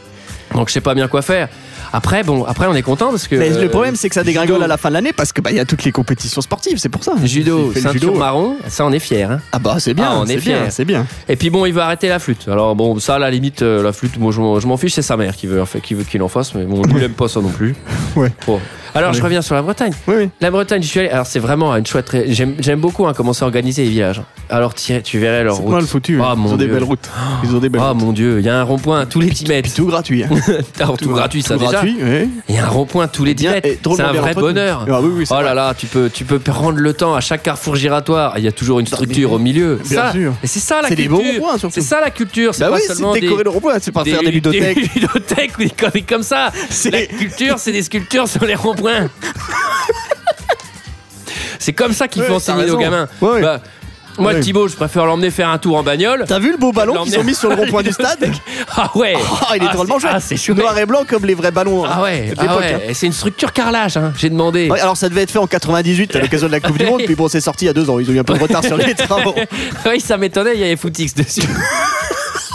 [SPEAKER 2] Donc je sais pas bien quoi faire. Après, bon, après, on est content parce que.
[SPEAKER 1] Mais
[SPEAKER 2] euh,
[SPEAKER 1] le problème, c'est que ça dégringole
[SPEAKER 2] judo.
[SPEAKER 1] à la fin de l'année parce que bah, il y a toutes les compétitions sportives, c'est pour ça.
[SPEAKER 2] Judo,
[SPEAKER 1] Il fait le
[SPEAKER 2] ceinture
[SPEAKER 1] judo.
[SPEAKER 2] marron, ça on est fier. Hein.
[SPEAKER 1] Ah bah c'est bien,
[SPEAKER 2] Ah, on est
[SPEAKER 1] c'est bien,
[SPEAKER 2] fiers.
[SPEAKER 1] c'est bien.
[SPEAKER 2] Et puis bon, il veut arrêter la flûte. Alors bon, ça, à la limite, euh, la flûte, moi, je m'en- je m'en fiche, c'est sa mère qui veut en fait, qui veut qu'il en fasse, mais bon, lui, il aime pas ça non plus.
[SPEAKER 1] Ouais.
[SPEAKER 2] Bon. Alors, je
[SPEAKER 1] Ouais.
[SPEAKER 2] reviens sur la Bretagne.
[SPEAKER 1] Oui, oui.
[SPEAKER 2] La Bretagne, je suis allé. Alors, c'est vraiment une chouette. ré- J'aime j'aime beaucoup hein, comment c'est organisé les villages. Alors, tiens, tu verrais leur
[SPEAKER 1] C'est pas
[SPEAKER 2] route.
[SPEAKER 1] mal foutu. hein.
[SPEAKER 2] Ah,
[SPEAKER 1] Ils
[SPEAKER 2] mon
[SPEAKER 1] ont des
[SPEAKER 2] Dieu.
[SPEAKER 1] belles routes. Ils ont des belles
[SPEAKER 2] Ah
[SPEAKER 1] routes.
[SPEAKER 2] mon dieu, il y a un rond-point tous les 10 mètres.
[SPEAKER 1] Tout gratuit. hein.
[SPEAKER 2] Alors, tout, gratuit, ça
[SPEAKER 1] tout
[SPEAKER 2] déjà.
[SPEAKER 1] gratuit, oui.
[SPEAKER 2] Il y a un rond-point tous les 10
[SPEAKER 1] Bien-
[SPEAKER 2] mètres.
[SPEAKER 1] et drôlement
[SPEAKER 2] C'est un
[SPEAKER 1] bien
[SPEAKER 2] vrai
[SPEAKER 1] entretenu.
[SPEAKER 2] bonheur.
[SPEAKER 1] Ah oui, oui, c'est
[SPEAKER 2] Oh
[SPEAKER 1] vrai.
[SPEAKER 2] là là, tu peux, tu peux prendre le temps à chaque carrefour giratoire. Il y a toujours une structure au milieu.
[SPEAKER 1] Bien
[SPEAKER 2] ça,
[SPEAKER 1] sûr.
[SPEAKER 2] Et c'est ça la
[SPEAKER 1] C'est des
[SPEAKER 2] culture.
[SPEAKER 1] beaux ronds-points, surtout.
[SPEAKER 2] C'est ça la culture. C'est
[SPEAKER 1] Bah
[SPEAKER 2] pas
[SPEAKER 1] oui,
[SPEAKER 2] seulement
[SPEAKER 1] c'est décorer
[SPEAKER 2] des,
[SPEAKER 1] le rond-point, c'est pas faire des
[SPEAKER 2] des
[SPEAKER 1] ludothèques.
[SPEAKER 2] ludothèques ou des conneries comme ça.
[SPEAKER 1] C'est-
[SPEAKER 2] La culture, c'est des sculptures sur les ronds-points. c'est comme ça qu'ils
[SPEAKER 1] Ouais,
[SPEAKER 2] font
[SPEAKER 1] t'as
[SPEAKER 2] enseigner
[SPEAKER 1] raison.
[SPEAKER 2] aux gamins.
[SPEAKER 1] Ouais, ouais.
[SPEAKER 2] Bah, moi,
[SPEAKER 1] Ouais.
[SPEAKER 2] Thibaut, je préfère l'emmener faire un tour en bagnole.
[SPEAKER 1] T'as vu le beau ballon qu'ils ont mis sur le rond-point du stade
[SPEAKER 2] Ah ouais
[SPEAKER 1] Ah, il est
[SPEAKER 2] Ah,
[SPEAKER 1] drôlement
[SPEAKER 2] c'est-
[SPEAKER 1] joué.
[SPEAKER 2] Ah, c'est chouette.
[SPEAKER 1] Noir et blanc comme les vrais ballons.
[SPEAKER 2] Ah
[SPEAKER 1] hein,
[SPEAKER 2] ouais,
[SPEAKER 1] de
[SPEAKER 2] ah
[SPEAKER 1] l'époque,
[SPEAKER 2] ouais.
[SPEAKER 1] hein.
[SPEAKER 2] Et c'est une structure carrelage, hein. j'ai demandé.
[SPEAKER 1] Ouais, alors ça devait être fait en 98 à l'occasion de la Coupe du Monde, puis bon, c'est sorti il y a deux ans. Ils ont eu un peu de retard sur les travaux.
[SPEAKER 2] oui, ça m'étonnait, il y avait Footix dessus.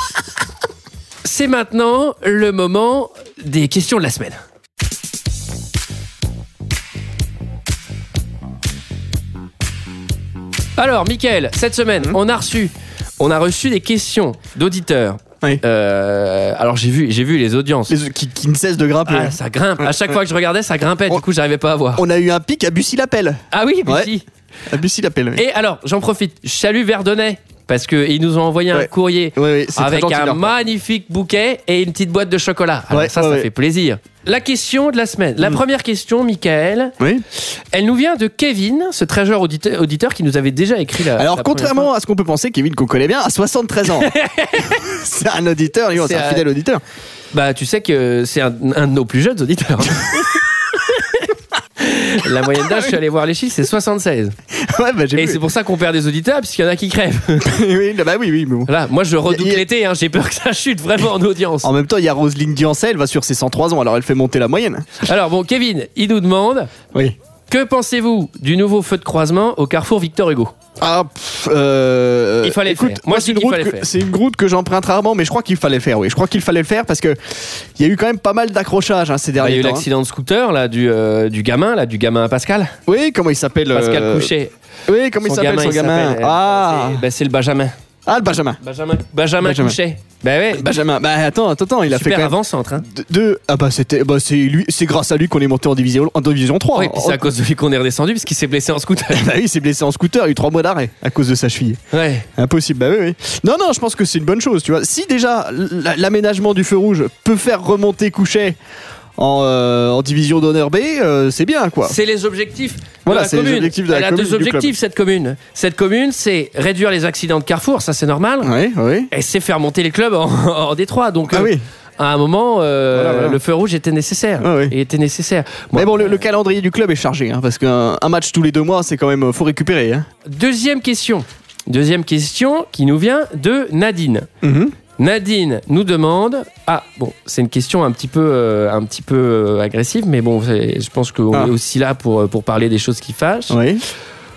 [SPEAKER 2] c'est maintenant le moment des questions de la semaine. Alors, Mickaël, cette semaine, on a reçu, on a reçu des questions d'auditeurs.
[SPEAKER 1] Oui.
[SPEAKER 2] Euh, alors j'ai vu, j'ai vu les audiences.
[SPEAKER 1] Les- qui, qui ne cessent de grimper.
[SPEAKER 2] Ah, ça grimpe. À chaque fois que je regardais, ça grimpait. Du
[SPEAKER 1] On-
[SPEAKER 2] coup, j'arrivais pas à voir.
[SPEAKER 1] On a eu un pic à Bussy-Lapel.
[SPEAKER 2] Ah oui, mais
[SPEAKER 1] Ouais.
[SPEAKER 2] si.
[SPEAKER 1] À Bussy-Lapel, oui.
[SPEAKER 2] Et alors, j'en profite. Je salue Verdonnet parce que ils nous ont envoyé un
[SPEAKER 1] Ouais.
[SPEAKER 2] courrier
[SPEAKER 1] Oui, oui, c'est très
[SPEAKER 2] avec
[SPEAKER 1] gentil de
[SPEAKER 2] un
[SPEAKER 1] leur part.
[SPEAKER 2] magnifique bouquet et une petite boîte de chocolat. Alors
[SPEAKER 1] Ouais,
[SPEAKER 2] ça,
[SPEAKER 1] ouais,
[SPEAKER 2] ça
[SPEAKER 1] ouais. Mm.
[SPEAKER 2] fait plaisir. La question de la semaine. La première question, Michael,
[SPEAKER 1] Oui.
[SPEAKER 2] elle nous vient de Kevin, ce très jeune auditeur, auditeur qui nous avait déjà écrit la.
[SPEAKER 1] Alors,
[SPEAKER 2] la première
[SPEAKER 1] contrairement à ce qu'on peut penser, Kevin, qu'on connaît bien, a 73 ans. c'est un auditeur, lui,
[SPEAKER 2] C'est euh,
[SPEAKER 1] c'est un
[SPEAKER 2] un-
[SPEAKER 1] fidèle auditeur.
[SPEAKER 2] fois. Bah, tu sais que c'est un, un de nos plus jeunes auditeurs. la moyenne d'âge, je suis allé voir les chiffres, c'est 76.
[SPEAKER 1] ouais, bah, j'ai
[SPEAKER 2] Et
[SPEAKER 1] vu.
[SPEAKER 2] c'est pour ça qu'on perd des auditeurs, puisqu'il y en a qui crèvent.
[SPEAKER 1] oui, bah oui, oui, mais bon.
[SPEAKER 2] Voilà, moi je redoute
[SPEAKER 1] Il y a-
[SPEAKER 2] l'été, hein, j'ai peur que ça chute vraiment en audience.
[SPEAKER 1] En même temps, il y a Roselyne Diancet, elle va sur ses 103 ans, alors elle fait monter la moyenne.
[SPEAKER 2] Alors bon, Kevin, il nous demande
[SPEAKER 1] Oui.
[SPEAKER 2] Que pensez-vous du nouveau feu de croisement au carrefour Victor Hugo
[SPEAKER 1] Ah, pff, euh,
[SPEAKER 2] Il fallait le
[SPEAKER 1] écoute,
[SPEAKER 2] faire.
[SPEAKER 1] Moi,
[SPEAKER 2] Moi, je dis
[SPEAKER 1] c'est une
[SPEAKER 2] qu'il
[SPEAKER 1] route
[SPEAKER 2] fallait
[SPEAKER 1] que,
[SPEAKER 2] le faire.
[SPEAKER 1] c'est une route que j'emprunte rarement, mais je crois qu'il fallait le faire. Oui, je crois qu'il fallait le faire parce que il y a eu quand même pas mal d'accrochages hein, ces
[SPEAKER 2] Bah, Il y a
[SPEAKER 1] derniers
[SPEAKER 2] eu
[SPEAKER 1] temps. hein.
[SPEAKER 2] l'accident de scooter là du, euh, du gamin là du gamin Pascal
[SPEAKER 1] Oui, comment il s'appelle
[SPEAKER 2] Pascal
[SPEAKER 1] euh,
[SPEAKER 2] Couchet
[SPEAKER 1] Oui, comment il s'appelle son
[SPEAKER 2] il
[SPEAKER 1] gamin
[SPEAKER 2] s'appelle, euh,
[SPEAKER 1] Ah,
[SPEAKER 2] c'est- bah, c'est le Benjamin
[SPEAKER 1] ah, le Benjamin.
[SPEAKER 2] Benjamin Benjamin,
[SPEAKER 1] Benjamin.
[SPEAKER 2] Couchet bah ouais
[SPEAKER 1] Benjamin. Bah attends, attends, attends, il a fait
[SPEAKER 2] super
[SPEAKER 1] quand même
[SPEAKER 2] avant centre hein.
[SPEAKER 1] deux- deux. Ah bah c'était, bah c'est lui, c'est grâce à lui qu'on est monté en division, en division 3.
[SPEAKER 2] Oui, puis c'est à cause de lui qu'on est redescendu parce qu'il s'est blessé en scooter
[SPEAKER 1] Bah oui, il s'est blessé en scooter, il a eu trois mois d'arrêt à cause de sa cheville.
[SPEAKER 2] ouais
[SPEAKER 1] Impossible, bah oui, oui. Non, non, je pense que c'est une bonne chose, tu vois. Si déjà l- l'aménagement du feu rouge peut faire remonter Couchet en, euh, en division d'honneur B, euh, c'est bien, quoi.
[SPEAKER 2] C'est les objectifs.
[SPEAKER 1] Voilà,
[SPEAKER 2] de la
[SPEAKER 1] c'est les
[SPEAKER 2] commune.
[SPEAKER 1] objectifs de la
[SPEAKER 2] Elle
[SPEAKER 1] commune
[SPEAKER 2] a
[SPEAKER 1] du
[SPEAKER 2] deux
[SPEAKER 1] club.
[SPEAKER 2] objectifs, cette commune. Cette commune, c'est réduire les accidents de carrefour, ça c'est normal.
[SPEAKER 1] Oui, oui.
[SPEAKER 2] Et c'est faire monter les clubs en, en Détroit. Donc,
[SPEAKER 1] Ah
[SPEAKER 2] euh,
[SPEAKER 1] oui.
[SPEAKER 2] à un moment, euh,
[SPEAKER 1] Voilà, voilà.
[SPEAKER 2] le feu rouge était nécessaire.
[SPEAKER 1] Ah oui.
[SPEAKER 2] Il était nécessaire.
[SPEAKER 1] Mais bon, le,
[SPEAKER 2] euh,
[SPEAKER 1] le calendrier du club est chargé, hein, parce qu'un un match tous les deux mois, c'est quand même. euh, Faut récupérer, hein.
[SPEAKER 2] Deuxième question. Deuxième question qui nous vient de Nadine.
[SPEAKER 1] Mhm.
[SPEAKER 2] Nadine nous demande. Ah bon, c'est une question un petit peu, euh, un petit peu euh, agressive, mais bon, c'est- je pense qu'on
[SPEAKER 1] Ah.
[SPEAKER 2] est aussi là pour, euh, pour parler des choses qui fâchent.
[SPEAKER 1] Oui.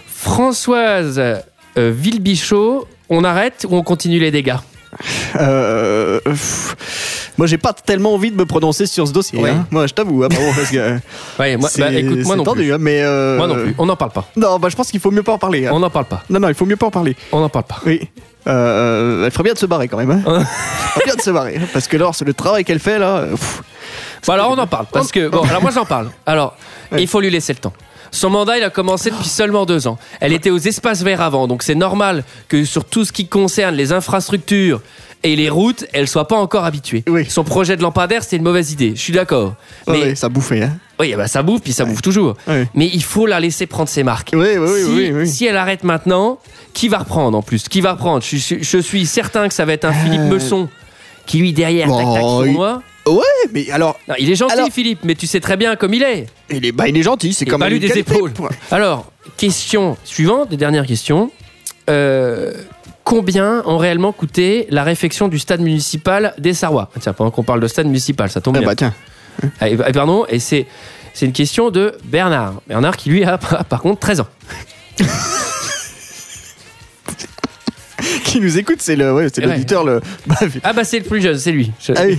[SPEAKER 2] Françoise euh, Villebichot, on arrête ou on continue les dégâts
[SPEAKER 1] Euh, pff, moi, j'ai pas tellement envie de me prononcer sur ce dossier.
[SPEAKER 2] Ouais.
[SPEAKER 1] hein. Moi, je t'avoue, hein, pardon, parce que euh,
[SPEAKER 2] Ouais, moi,
[SPEAKER 1] c'est
[SPEAKER 2] bah, écoute, moi
[SPEAKER 1] c'est
[SPEAKER 2] non
[SPEAKER 1] tendu,
[SPEAKER 2] plus.
[SPEAKER 1] hein, mais euh,
[SPEAKER 2] Moi non plus. On n'en parle pas.
[SPEAKER 1] Non, bah, je pense qu'il faut mieux pas en parler. hein.
[SPEAKER 2] On n'en parle pas.
[SPEAKER 1] Non, non, il faut mieux pas en parler.
[SPEAKER 2] On n'en parle pas.
[SPEAKER 1] Oui. Euh, elle ferait bien de se barrer quand même. Hein. Elle ferait bien de se barrer. hein, Parce que Laure, c'est le travail qu'elle fait là. euh, pff,
[SPEAKER 2] Bon, Bah alors on en parle. Parce que, bon, alors moi j'en parle. Alors,
[SPEAKER 1] Ouais.
[SPEAKER 2] il faut lui laisser le temps. Son mandat, il a commencé depuis seulement deux ans. Elle était aux espaces verts avant, donc c'est normal que sur tout ce qui concerne les infrastructures et les routes, elle soit pas encore habituée.
[SPEAKER 1] Oui.
[SPEAKER 2] Son projet de lampadaire, c'est une mauvaise idée. Je suis d'accord.
[SPEAKER 1] ouais,
[SPEAKER 2] Mais
[SPEAKER 1] ouais, ça bouffait. Hein.
[SPEAKER 2] oui, bah, ça bouffe, puis ça bouffe toujours.
[SPEAKER 1] Ouais.
[SPEAKER 2] Mais il faut la laisser prendre ses marques.
[SPEAKER 1] Oui, oui, oui,
[SPEAKER 2] si,
[SPEAKER 1] oui, oui.
[SPEAKER 2] si elle arrête maintenant, qui va reprendre en plus Qui va reprendre je, suis- je suis certain que ça va être un Philippe Meusson qui lui derrière, tac, tac,
[SPEAKER 1] Euh. Oh, il-
[SPEAKER 2] sournois.
[SPEAKER 1] Ouais, mais alors,
[SPEAKER 2] Non, il est gentil,
[SPEAKER 1] Alors-
[SPEAKER 2] Philippe, mais tu sais très bien comme il est.
[SPEAKER 1] il est, bah, il est gentil. C'est
[SPEAKER 2] Il
[SPEAKER 1] comme
[SPEAKER 2] a
[SPEAKER 1] lui
[SPEAKER 2] des épaules. Alors, question suivante, des dernières questions. Euh, combien ont réellement coûté la réfection du stade municipal des Sarrois Ah, Tiens, pendant qu'on parle de stade municipal, ça tombe
[SPEAKER 1] Ah
[SPEAKER 2] bien.
[SPEAKER 1] bah tiens.
[SPEAKER 2] Ah, et- et pardon, et c'est c'est une question de Bernard. Bernard qui lui a par par contre 13 ans.
[SPEAKER 1] qui nous écoute, c'est le, ouais, c'est
[SPEAKER 2] Ouais.
[SPEAKER 1] l'auditeur le. Bah,
[SPEAKER 2] Ah bah c'est le plus jeune, c'est lui. Je-
[SPEAKER 1] ah oui.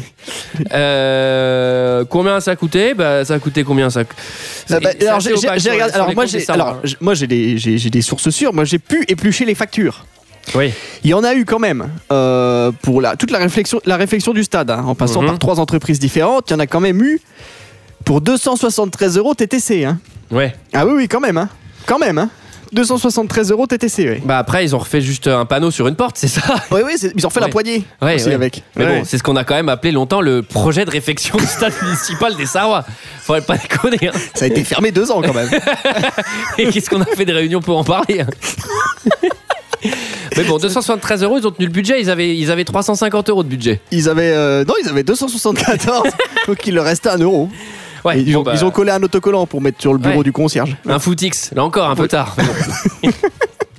[SPEAKER 2] Euh, combien ça a coûté Bah ça a coûté combien ça
[SPEAKER 1] Ah bah,
[SPEAKER 2] C'est- c'est
[SPEAKER 1] alors
[SPEAKER 2] assez
[SPEAKER 1] j'ai- j'ai
[SPEAKER 2] opaque
[SPEAKER 1] j'ai
[SPEAKER 2] sur-
[SPEAKER 1] regardé.
[SPEAKER 2] sur
[SPEAKER 1] Alors
[SPEAKER 2] les
[SPEAKER 1] moi
[SPEAKER 2] comptes des
[SPEAKER 1] j'ai,
[SPEAKER 2] serveurs,
[SPEAKER 1] alors
[SPEAKER 2] hein.
[SPEAKER 1] j'ai- moi j'ai des, j'ai j'ai des sources sûres. Moi j'ai pu éplucher les factures.
[SPEAKER 2] Oui.
[SPEAKER 1] Il y en a eu quand même euh, pour la, toute la réflexion, la réflexion du stade, hein, en passant
[SPEAKER 2] Mhm.
[SPEAKER 1] par trois entreprises différentes. Il y en a quand même eu pour 273 euros TTC. Hein.
[SPEAKER 2] Ouais.
[SPEAKER 1] Ah oui, oui, quand même. Hein. Quand même. Hein. 273 euros TTC. Oui,
[SPEAKER 2] Bah après ils ont refait juste un panneau sur une porte, c'est ça
[SPEAKER 1] oui, oui, c'est- ils ont fait la
[SPEAKER 2] Ouais.
[SPEAKER 1] poignée
[SPEAKER 2] Ouais,
[SPEAKER 1] aussi
[SPEAKER 2] ouais.
[SPEAKER 1] avec.
[SPEAKER 2] Mais
[SPEAKER 1] Ouais.
[SPEAKER 2] bon, c'est ce qu'on a quand même appelé longtemps le projet de réfection du stade municipal des Sarrois. Faudrait pas déconner. hein.
[SPEAKER 1] Ça a été fermé deux ans quand même.
[SPEAKER 2] Et qu'est-ce qu'on a fait des réunions pour en parler hein. Mais bon, 273 euros, ils ont tenu le budget. Ils avaient, ils avaient 350 euros de budget.
[SPEAKER 1] Ils avaient, euh, non, ils avaient 274, donc il leur restait un euro.
[SPEAKER 2] Ouais,
[SPEAKER 1] Et ils,
[SPEAKER 2] bon,
[SPEAKER 1] ont,
[SPEAKER 2] bah,
[SPEAKER 1] ils ont collé un autocollant pour mettre sur le bureau
[SPEAKER 2] Ouais.
[SPEAKER 1] du concierge.
[SPEAKER 2] un footix. Là encore, un peu tard. mais bon.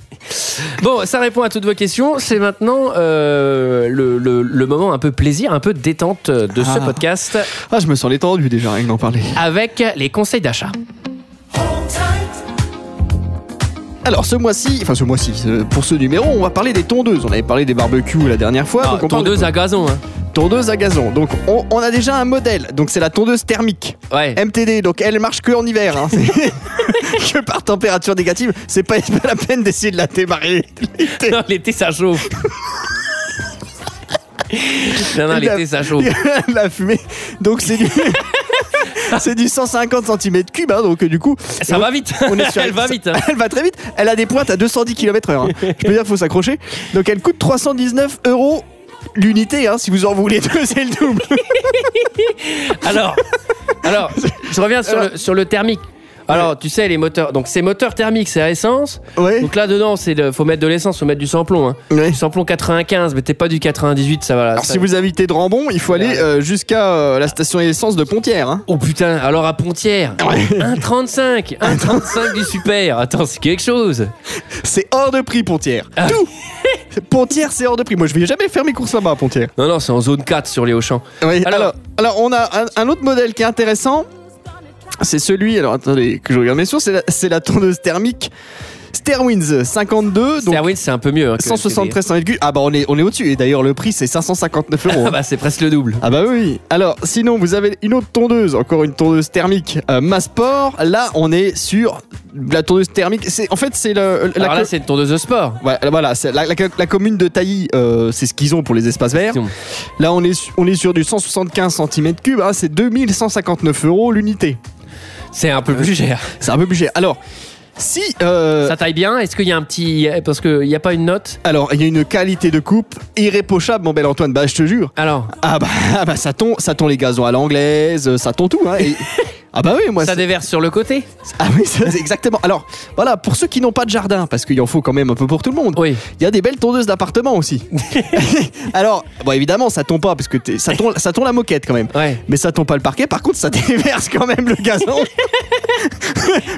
[SPEAKER 2] Bon, ça répond à toutes vos questions. C'est maintenant euh, le, le- le moment un peu plaisir, un peu détente de ce
[SPEAKER 1] Ah.
[SPEAKER 2] podcast
[SPEAKER 1] Ah, je me sens détendu déjà rien que d'en parler.
[SPEAKER 2] avec les conseils d'achat.
[SPEAKER 1] Alors ce mois-ci, enfin ce mois-ci, ce- pour ce numéro, on va parler des tondeuses. On avait parlé des barbecues la dernière fois.
[SPEAKER 2] Ah,
[SPEAKER 1] donc on parle
[SPEAKER 2] tondeuse
[SPEAKER 1] des
[SPEAKER 2] à gazon. hein.
[SPEAKER 1] tondeuse à gazon. Donc on, on a déjà un modèle. Donc c'est la tondeuse thermique.
[SPEAKER 2] Ouais.
[SPEAKER 1] MTD, donc elle marche que en hiver. hein. C'est- que par température négative, c'est pas, c'est pas la peine d'essayer de la démarrer. l'été.
[SPEAKER 2] Non, l'été ça chauffe. non, non, l'été ça chauffe.
[SPEAKER 1] la fumée. Donc c'est du. C'est du 150 cm3, hein, donc euh, du coup,
[SPEAKER 2] Ça va vite.
[SPEAKER 1] on est sur-
[SPEAKER 2] Elle va vite. hein.
[SPEAKER 1] elle va très vite. Elle a des pointes à 210 km/h. hein. Je peux dire qu'il faut s'accrocher. Donc elle coûte 319 euros l'unité. hein. Si vous en voulez deux, c'est le double.
[SPEAKER 2] Alors, alors, je reviens sur, le, sur le thermique. Alors, tu sais, les moteurs. Donc, ces moteurs thermiques, c'est à essence.
[SPEAKER 1] Ouais.
[SPEAKER 2] Donc là dedans, c'est le- faut mettre de l'essence, faut mettre du samplon. Hein.
[SPEAKER 1] Ouais.
[SPEAKER 2] Du samplon 95, mais t'es pas du 98, ça va. Là,
[SPEAKER 1] Alors
[SPEAKER 2] ça-
[SPEAKER 1] si vous habitez de Rambon, il faut aller euh, jusqu'à euh, la station essence de Pontière. hein.
[SPEAKER 2] Oh putain, alors à Pontière, 1,35, 1,35 du super. Attends, c'est quelque chose.
[SPEAKER 1] C'est hors de prix Pontière. Tout. Ah. Pontière, c'est hors de prix. Moi, je vais jamais faire mes courses là-bas à Pontière.
[SPEAKER 2] Non, non, c'est en zone 4 sur les Auchan.
[SPEAKER 1] Oui,
[SPEAKER 2] Alors-
[SPEAKER 1] alors, alors, on a un, un autre modèle qui est intéressant. C'est celui, alors attendez que je regarde mes sources, c'est la, c'est la tondeuse thermique Sterwins 52. Donc,
[SPEAKER 2] Sterwin, c'est un peu mieux. hein, que- que des-
[SPEAKER 1] 173 100 mètres cubes. Ah bah on est, on est au-dessus. Et d'ailleurs le prix c'est 559 euros.
[SPEAKER 2] Ah bah, c'est presque le double.
[SPEAKER 1] Ah bah oui. Alors sinon vous avez une autre tondeuse, encore une tondeuse thermique euh, Massport. Là on est sur la tondeuse thermique. C'est en fait c'est le la
[SPEAKER 2] alors là,
[SPEAKER 1] co-
[SPEAKER 2] c'est une tondeuse de sport.
[SPEAKER 1] Ouais, voilà, c'est la, la- la commune de Tailly, euh, c'est ce qu'ils ont pour les espaces verts.
[SPEAKER 2] Effectivement.
[SPEAKER 1] Là, on est, su- on est sur du 175 cm3, hein, c'est 2159 euros l'unité.
[SPEAKER 2] C'est un peu plus cher.
[SPEAKER 1] C'est un peu budget. Alors, si. euh,
[SPEAKER 2] Ça taille bien Est-ce qu'il y a un petit. Parce qu'il n'y a pas une note
[SPEAKER 1] alors, il y a une qualité de coupe irréprochable, mon bel Antoine, bah je te jure.
[SPEAKER 2] Alors,
[SPEAKER 1] Ah bah, ah bah, ça tond, ça tond les gazons à l'anglaise, euh, ça tond tout. Hein, et- ah bah oui, moi.
[SPEAKER 2] ça
[SPEAKER 1] c'est-
[SPEAKER 2] déverse sur le côté
[SPEAKER 1] Ah oui, ça, c'est exactement. Alors voilà, pour ceux qui n'ont pas de jardin, parce qu'il en faut quand même un peu pour tout le monde.
[SPEAKER 2] Oui.
[SPEAKER 1] Il y a des belles tondeuses d'appartements aussi. Alors, bon évidemment, ça tond pas, parce que t'es- ça tond, ça tond la moquette quand même.
[SPEAKER 2] Ouais.
[SPEAKER 1] Mais ça tond pas le parquet. Par contre, ça déverse quand même le gazon.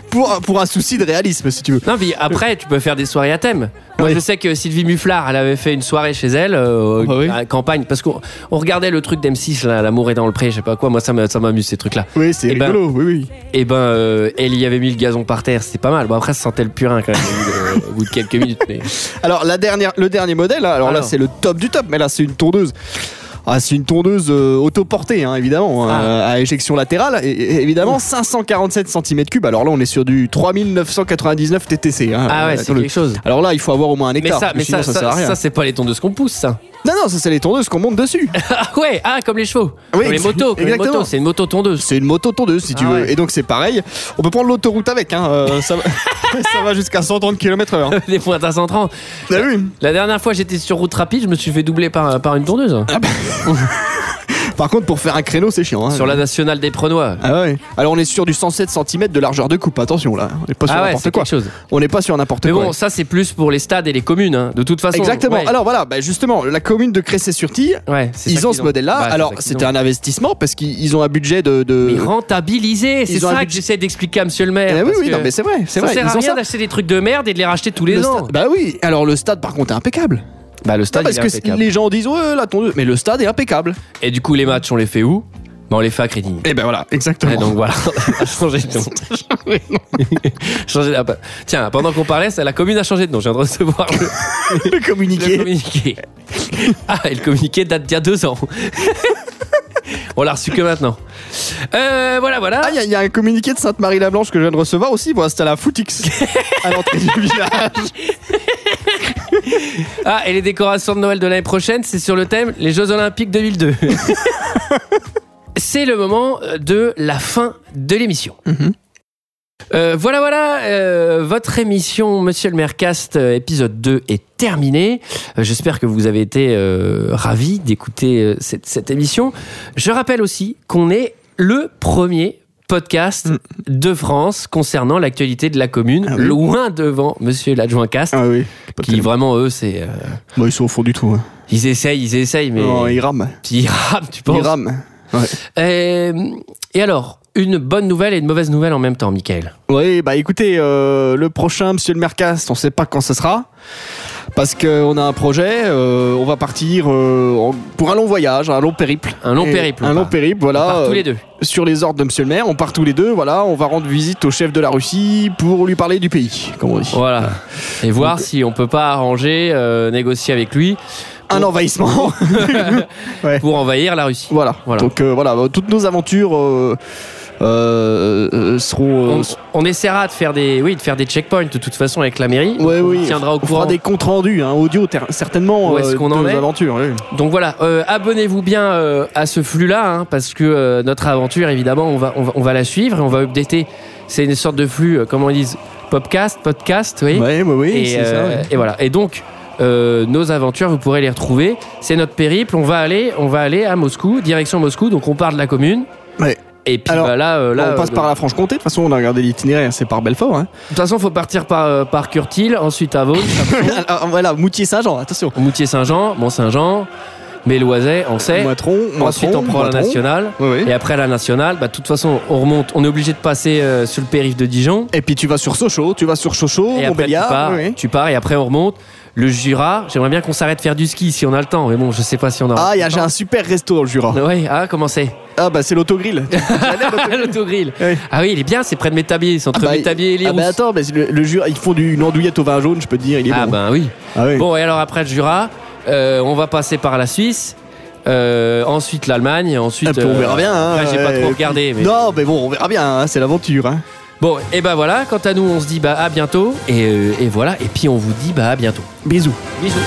[SPEAKER 1] pour, pour un souci de réalisme, si tu veux.
[SPEAKER 2] Non, puis après, tu peux faire des soirées à thème. Moi,
[SPEAKER 1] Oui.
[SPEAKER 2] je sais que Sylvie Mufflard, elle avait fait une soirée chez elle, euh,
[SPEAKER 1] Ah bah oui.
[SPEAKER 2] à la campagne, parce qu'on on regardait le truc d'M6, là, L'amour est dans le pré, je sais pas quoi. Moi, ça m'a- ça m'amuse, ces trucs-là.
[SPEAKER 1] Oui, c'est
[SPEAKER 2] Eh ben-
[SPEAKER 1] rigolo, oui, oui.
[SPEAKER 2] Et ben, euh, elle y avait mis le gazon par terre, c'était pas mal. Bon, après, ça sentait le purin quand même, au bout de- au bout de quelques minutes. mais-
[SPEAKER 1] Alors la dernière, le dernier modèle, hein, alors, là
[SPEAKER 2] Alors.
[SPEAKER 1] c'est le top du top, mais là c'est une tondeuse. Ah, c'est une tondeuse euh, autoportée, hein, évidemment,
[SPEAKER 2] Ah.
[SPEAKER 1] euh, à éjection latérale, et, et évidemment 547 cm3. Alors là, on est sur du 3999 TTC. hein,
[SPEAKER 2] Ah
[SPEAKER 1] euh,
[SPEAKER 2] ouais, c'est
[SPEAKER 1] sur le-
[SPEAKER 2] quelque chose.
[SPEAKER 1] Alors là, il faut avoir au moins un
[SPEAKER 2] Mais
[SPEAKER 1] hectare,
[SPEAKER 2] ça,
[SPEAKER 1] parce que
[SPEAKER 2] mais
[SPEAKER 1] sinon
[SPEAKER 2] ça,
[SPEAKER 1] ça,
[SPEAKER 2] ça,
[SPEAKER 1] sert à rien.
[SPEAKER 2] ça, c'est pas les tondeuses qu'on pousse, ça.
[SPEAKER 1] Non, non, ça c'est les tondeuses qu'on monte dessus.
[SPEAKER 2] Ah ouais, ah, comme les chevaux.
[SPEAKER 1] Oui,
[SPEAKER 2] comme les motos, comme les
[SPEAKER 1] exactement.
[SPEAKER 2] motos, c'est une moto tondeuse.
[SPEAKER 1] c'est une moto tondeuse, si tu
[SPEAKER 2] Ah
[SPEAKER 1] veux.
[SPEAKER 2] ouais.
[SPEAKER 1] Et donc c'est pareil. On peut prendre l'autoroute avec, hein, euh, ça, va- ça va jusqu'à 130 km/h.
[SPEAKER 2] Des pointes à 130.
[SPEAKER 1] T'as vu
[SPEAKER 2] La dernière fois, j'étais sur route rapide, je me suis fait doubler par, par une tondeuse.
[SPEAKER 1] Ah, Par contre, pour faire un créneau, c'est chiant. hein.
[SPEAKER 2] Sur la nationale des Prenois.
[SPEAKER 1] Ah ouais. Alors on est sur du 107 cm de largeur de coupe, attention là, on n'est pas sur
[SPEAKER 2] Ah ouais,
[SPEAKER 1] n'importe
[SPEAKER 2] c'est
[SPEAKER 1] quoi.
[SPEAKER 2] quelque chose.
[SPEAKER 1] On n'est pas sur n'importe
[SPEAKER 2] Mais
[SPEAKER 1] quoi.
[SPEAKER 2] bon, ça, c'est plus pour les stades et les communes, hein. de toute façon.
[SPEAKER 1] Exactement.
[SPEAKER 2] ouais.
[SPEAKER 1] Alors voilà, bah, justement, la commune de Cressé-sur-Tille,
[SPEAKER 2] Ouais, c'est ça
[SPEAKER 1] ils ont
[SPEAKER 2] qu'ils
[SPEAKER 1] ce modèle-là.
[SPEAKER 2] Bah, c'est
[SPEAKER 1] Alors
[SPEAKER 2] ça qu'ils
[SPEAKER 1] c'était
[SPEAKER 2] ont.
[SPEAKER 1] un investissement parce qu'ils ils ont un budget de. de-
[SPEAKER 2] Mais rentabiliser, c'est
[SPEAKER 1] Ils ont un
[SPEAKER 2] ça que
[SPEAKER 1] budget-
[SPEAKER 2] j'essaie d'expliquer à monsieur le maire.
[SPEAKER 1] Eh oui,
[SPEAKER 2] parce
[SPEAKER 1] oui,
[SPEAKER 2] que
[SPEAKER 1] non, mais c'est vrai, c'est
[SPEAKER 2] ça
[SPEAKER 1] vrai.
[SPEAKER 2] sert
[SPEAKER 1] ils
[SPEAKER 2] à
[SPEAKER 1] ont
[SPEAKER 2] rien
[SPEAKER 1] ça.
[SPEAKER 2] d'acheter des trucs de merde et de les racheter tous les
[SPEAKER 1] Le
[SPEAKER 2] ans.
[SPEAKER 1] stade- Bah oui. Alors le stade, par contre, est impeccable.
[SPEAKER 2] Bah, le
[SPEAKER 1] Non,
[SPEAKER 2] stade,
[SPEAKER 1] parce
[SPEAKER 2] il est
[SPEAKER 1] que
[SPEAKER 2] impeccable.
[SPEAKER 1] les gens disent ouais, la tondeuse, mais le stade est impeccable.
[SPEAKER 2] Et du coup, les matchs, on les fait où Bon, les facs Crédigny.
[SPEAKER 1] Et ben voilà,
[SPEAKER 2] Ouais,
[SPEAKER 1] exactement.
[SPEAKER 2] donc Eh voilà, on a changé de nom. Changé de- Ah, bah, Tiens, pendant qu'on parlait, ça, la commune a changé de nom. Je viens de recevoir le,
[SPEAKER 1] le
[SPEAKER 2] le
[SPEAKER 1] communiqué.
[SPEAKER 2] communiqué. Ah, et le communiqué date d'il y a deux ans. On l'a reçu que maintenant. Euh, voilà, voilà.
[SPEAKER 1] Ah, il y, a- il y a un communiqué de Sainte-Marie-la-Blanche que je viens de recevoir aussi. Bon, c'était à la Footix, à l'entrée du village.
[SPEAKER 2] Ah, et les décorations de Noël de l'année prochaine, c'est sur le thème les Jeux Olympiques 2002. c'est le moment euh, de la fin de l'émission.
[SPEAKER 1] Mhm.
[SPEAKER 2] Euh, voilà, voilà, euh, votre émission Monsieur le Mercast euh, épisode 2 est terminée. Euh, J'espère que vous avez été euh, ravis d'écouter euh, cette, cette émission. Je rappelle aussi qu'on est le premier podcast
[SPEAKER 1] Mm.
[SPEAKER 2] de France concernant l'actualité de la commune,
[SPEAKER 1] Ah oui.
[SPEAKER 2] loin devant Monsieur l'adjoint Cast,
[SPEAKER 1] Ah oui.
[SPEAKER 2] qui vraiment eux c'est euh,
[SPEAKER 1] Bon, ils sont au fond du tout. hein.
[SPEAKER 2] ils essayent, ils essayent, mais
[SPEAKER 1] Non, ils rament.
[SPEAKER 2] ils rament, tu
[SPEAKER 1] Ils
[SPEAKER 2] penses.
[SPEAKER 1] rament.
[SPEAKER 2] Euh, Et, alors, une bonne nouvelle et une mauvaise nouvelle en même temps, Michael.
[SPEAKER 1] Oui, bah écoutez, euh, le prochain Monsieur le Mercast, on sait pas quand ce sera. Parce qu'on a un projet, euh, on va partir euh, en- pour un long voyage, un long périple.
[SPEAKER 2] Un long
[SPEAKER 1] Et-
[SPEAKER 2] périple.
[SPEAKER 1] Un long périple, voilà.
[SPEAKER 2] Par tous
[SPEAKER 1] euh,
[SPEAKER 2] les deux.
[SPEAKER 1] Sur les ordres de Monsieur le Maire, on part tous les deux, voilà. On va rendre visite au chef de la Russie pour lui parler du pays, comme on dit.
[SPEAKER 2] Voilà. Et voir si on peut pas arranger, euh, négocier avec lui
[SPEAKER 1] Un envahissement,
[SPEAKER 2] pour envahir la Russie.
[SPEAKER 1] voilà.
[SPEAKER 2] Voilà.
[SPEAKER 1] Donc euh, voilà, bah, toutes nos aventures euh, euh, euh, seront.
[SPEAKER 2] On,
[SPEAKER 1] euh,
[SPEAKER 2] on essaiera de faire des, oui, de faire des checkpoints de toute façon avec la mairie.
[SPEAKER 1] Ouais,
[SPEAKER 2] on
[SPEAKER 1] oui.
[SPEAKER 2] tiendra au
[SPEAKER 1] on fera
[SPEAKER 2] courant.
[SPEAKER 1] des comptes rendus, hein, audio ter- certainement
[SPEAKER 2] Où est-ce
[SPEAKER 1] euh,
[SPEAKER 2] qu'on
[SPEAKER 1] de
[SPEAKER 2] en
[SPEAKER 1] nos
[SPEAKER 2] est
[SPEAKER 1] aventures. oui.
[SPEAKER 2] Donc voilà, euh, abonnez-vous bien euh, à ce flux-là, hein, parce que euh, notre aventure, évidemment, on va, on va, on va la suivre et on va updater. C'est une sorte de flux, euh, comment ils disent, podcast, podcast, oui.
[SPEAKER 1] Ouais, ouais, oui,
[SPEAKER 2] et,
[SPEAKER 1] c'est ça,
[SPEAKER 2] euh,
[SPEAKER 1] ouais.
[SPEAKER 2] et voilà. Et donc, euh, nos aventures, vous pourrez les retrouver. C'est notre périple. On va aller, on va aller à Moscou, direction Moscou. Donc, on part de la commune.
[SPEAKER 1] Ouais.
[SPEAKER 2] Et puis
[SPEAKER 1] Alors,
[SPEAKER 2] bah, là, euh, là,
[SPEAKER 1] on passe
[SPEAKER 2] euh, Ah,
[SPEAKER 1] par la Franche-Comté. De toute façon, on a regardé l'itinéraire, c'est par Belfort. Hein.
[SPEAKER 2] De toute façon, faut partir par euh, par Curtil, ensuite à Vaux,
[SPEAKER 1] Alors, voilà, Moutier-Saint-Jean, attention.
[SPEAKER 2] Moutier-Saint-Jean, Mont-Saint-Jean, Méloiset, on sait.
[SPEAKER 1] Moitron,
[SPEAKER 2] Ensuite, on prend la nationale.
[SPEAKER 1] Oui, oui.
[SPEAKER 2] Et après la nationale, bah, de toute façon, on remonte. On est obligé de passer euh, sur le périph' de Dijon.
[SPEAKER 1] Et puis tu vas sur Sochaux, tu vas sur Sochaux,
[SPEAKER 2] Et après, tu
[SPEAKER 1] Montbéliard.
[SPEAKER 2] pars,
[SPEAKER 1] oui, oui.
[SPEAKER 2] tu pars et après, on remonte. Le Jura, j'aimerais bien qu'on s'arrête faire du ski si on a le temps. Mais bon, je sais pas si on aura.
[SPEAKER 1] Ah, il y a- j'ai un super resto dans le Jura.
[SPEAKER 2] Ouais, ah, comment c'est
[SPEAKER 1] Ah, bah c'est l'autogrill. J'allais à l'autogrill.
[SPEAKER 2] L'autogrill.
[SPEAKER 1] Oui.
[SPEAKER 2] Ah oui, il est bien, c'est près de Métabier, c'est entre
[SPEAKER 1] Ah bah,
[SPEAKER 2] Métabier et les
[SPEAKER 1] Ah, bah attends, mais c'est le, le Jura, ils font du, une andouillette au vin jaune, je peux te dire, il est
[SPEAKER 2] ah
[SPEAKER 1] bon.
[SPEAKER 2] ben oui.
[SPEAKER 1] Ah, oui.
[SPEAKER 2] Bon, et alors après le Jura, euh, on va passer par la Suisse, euh, ensuite l'Allemagne, et ensuite.
[SPEAKER 1] Ah, puis on
[SPEAKER 2] euh,
[SPEAKER 1] verra bien. hein,
[SPEAKER 2] là, j'ai pas
[SPEAKER 1] ouais.
[SPEAKER 2] trop regardé. Mais...
[SPEAKER 1] Non, mais bon, on verra bien, hein, c'est l'aventure. Hein.
[SPEAKER 2] Bon, et ben voilà, quant à nous, on se dit bah à bientôt, et, euh, et voilà, et puis on vous dit bah à bientôt.
[SPEAKER 1] Bisous.
[SPEAKER 2] Bisous.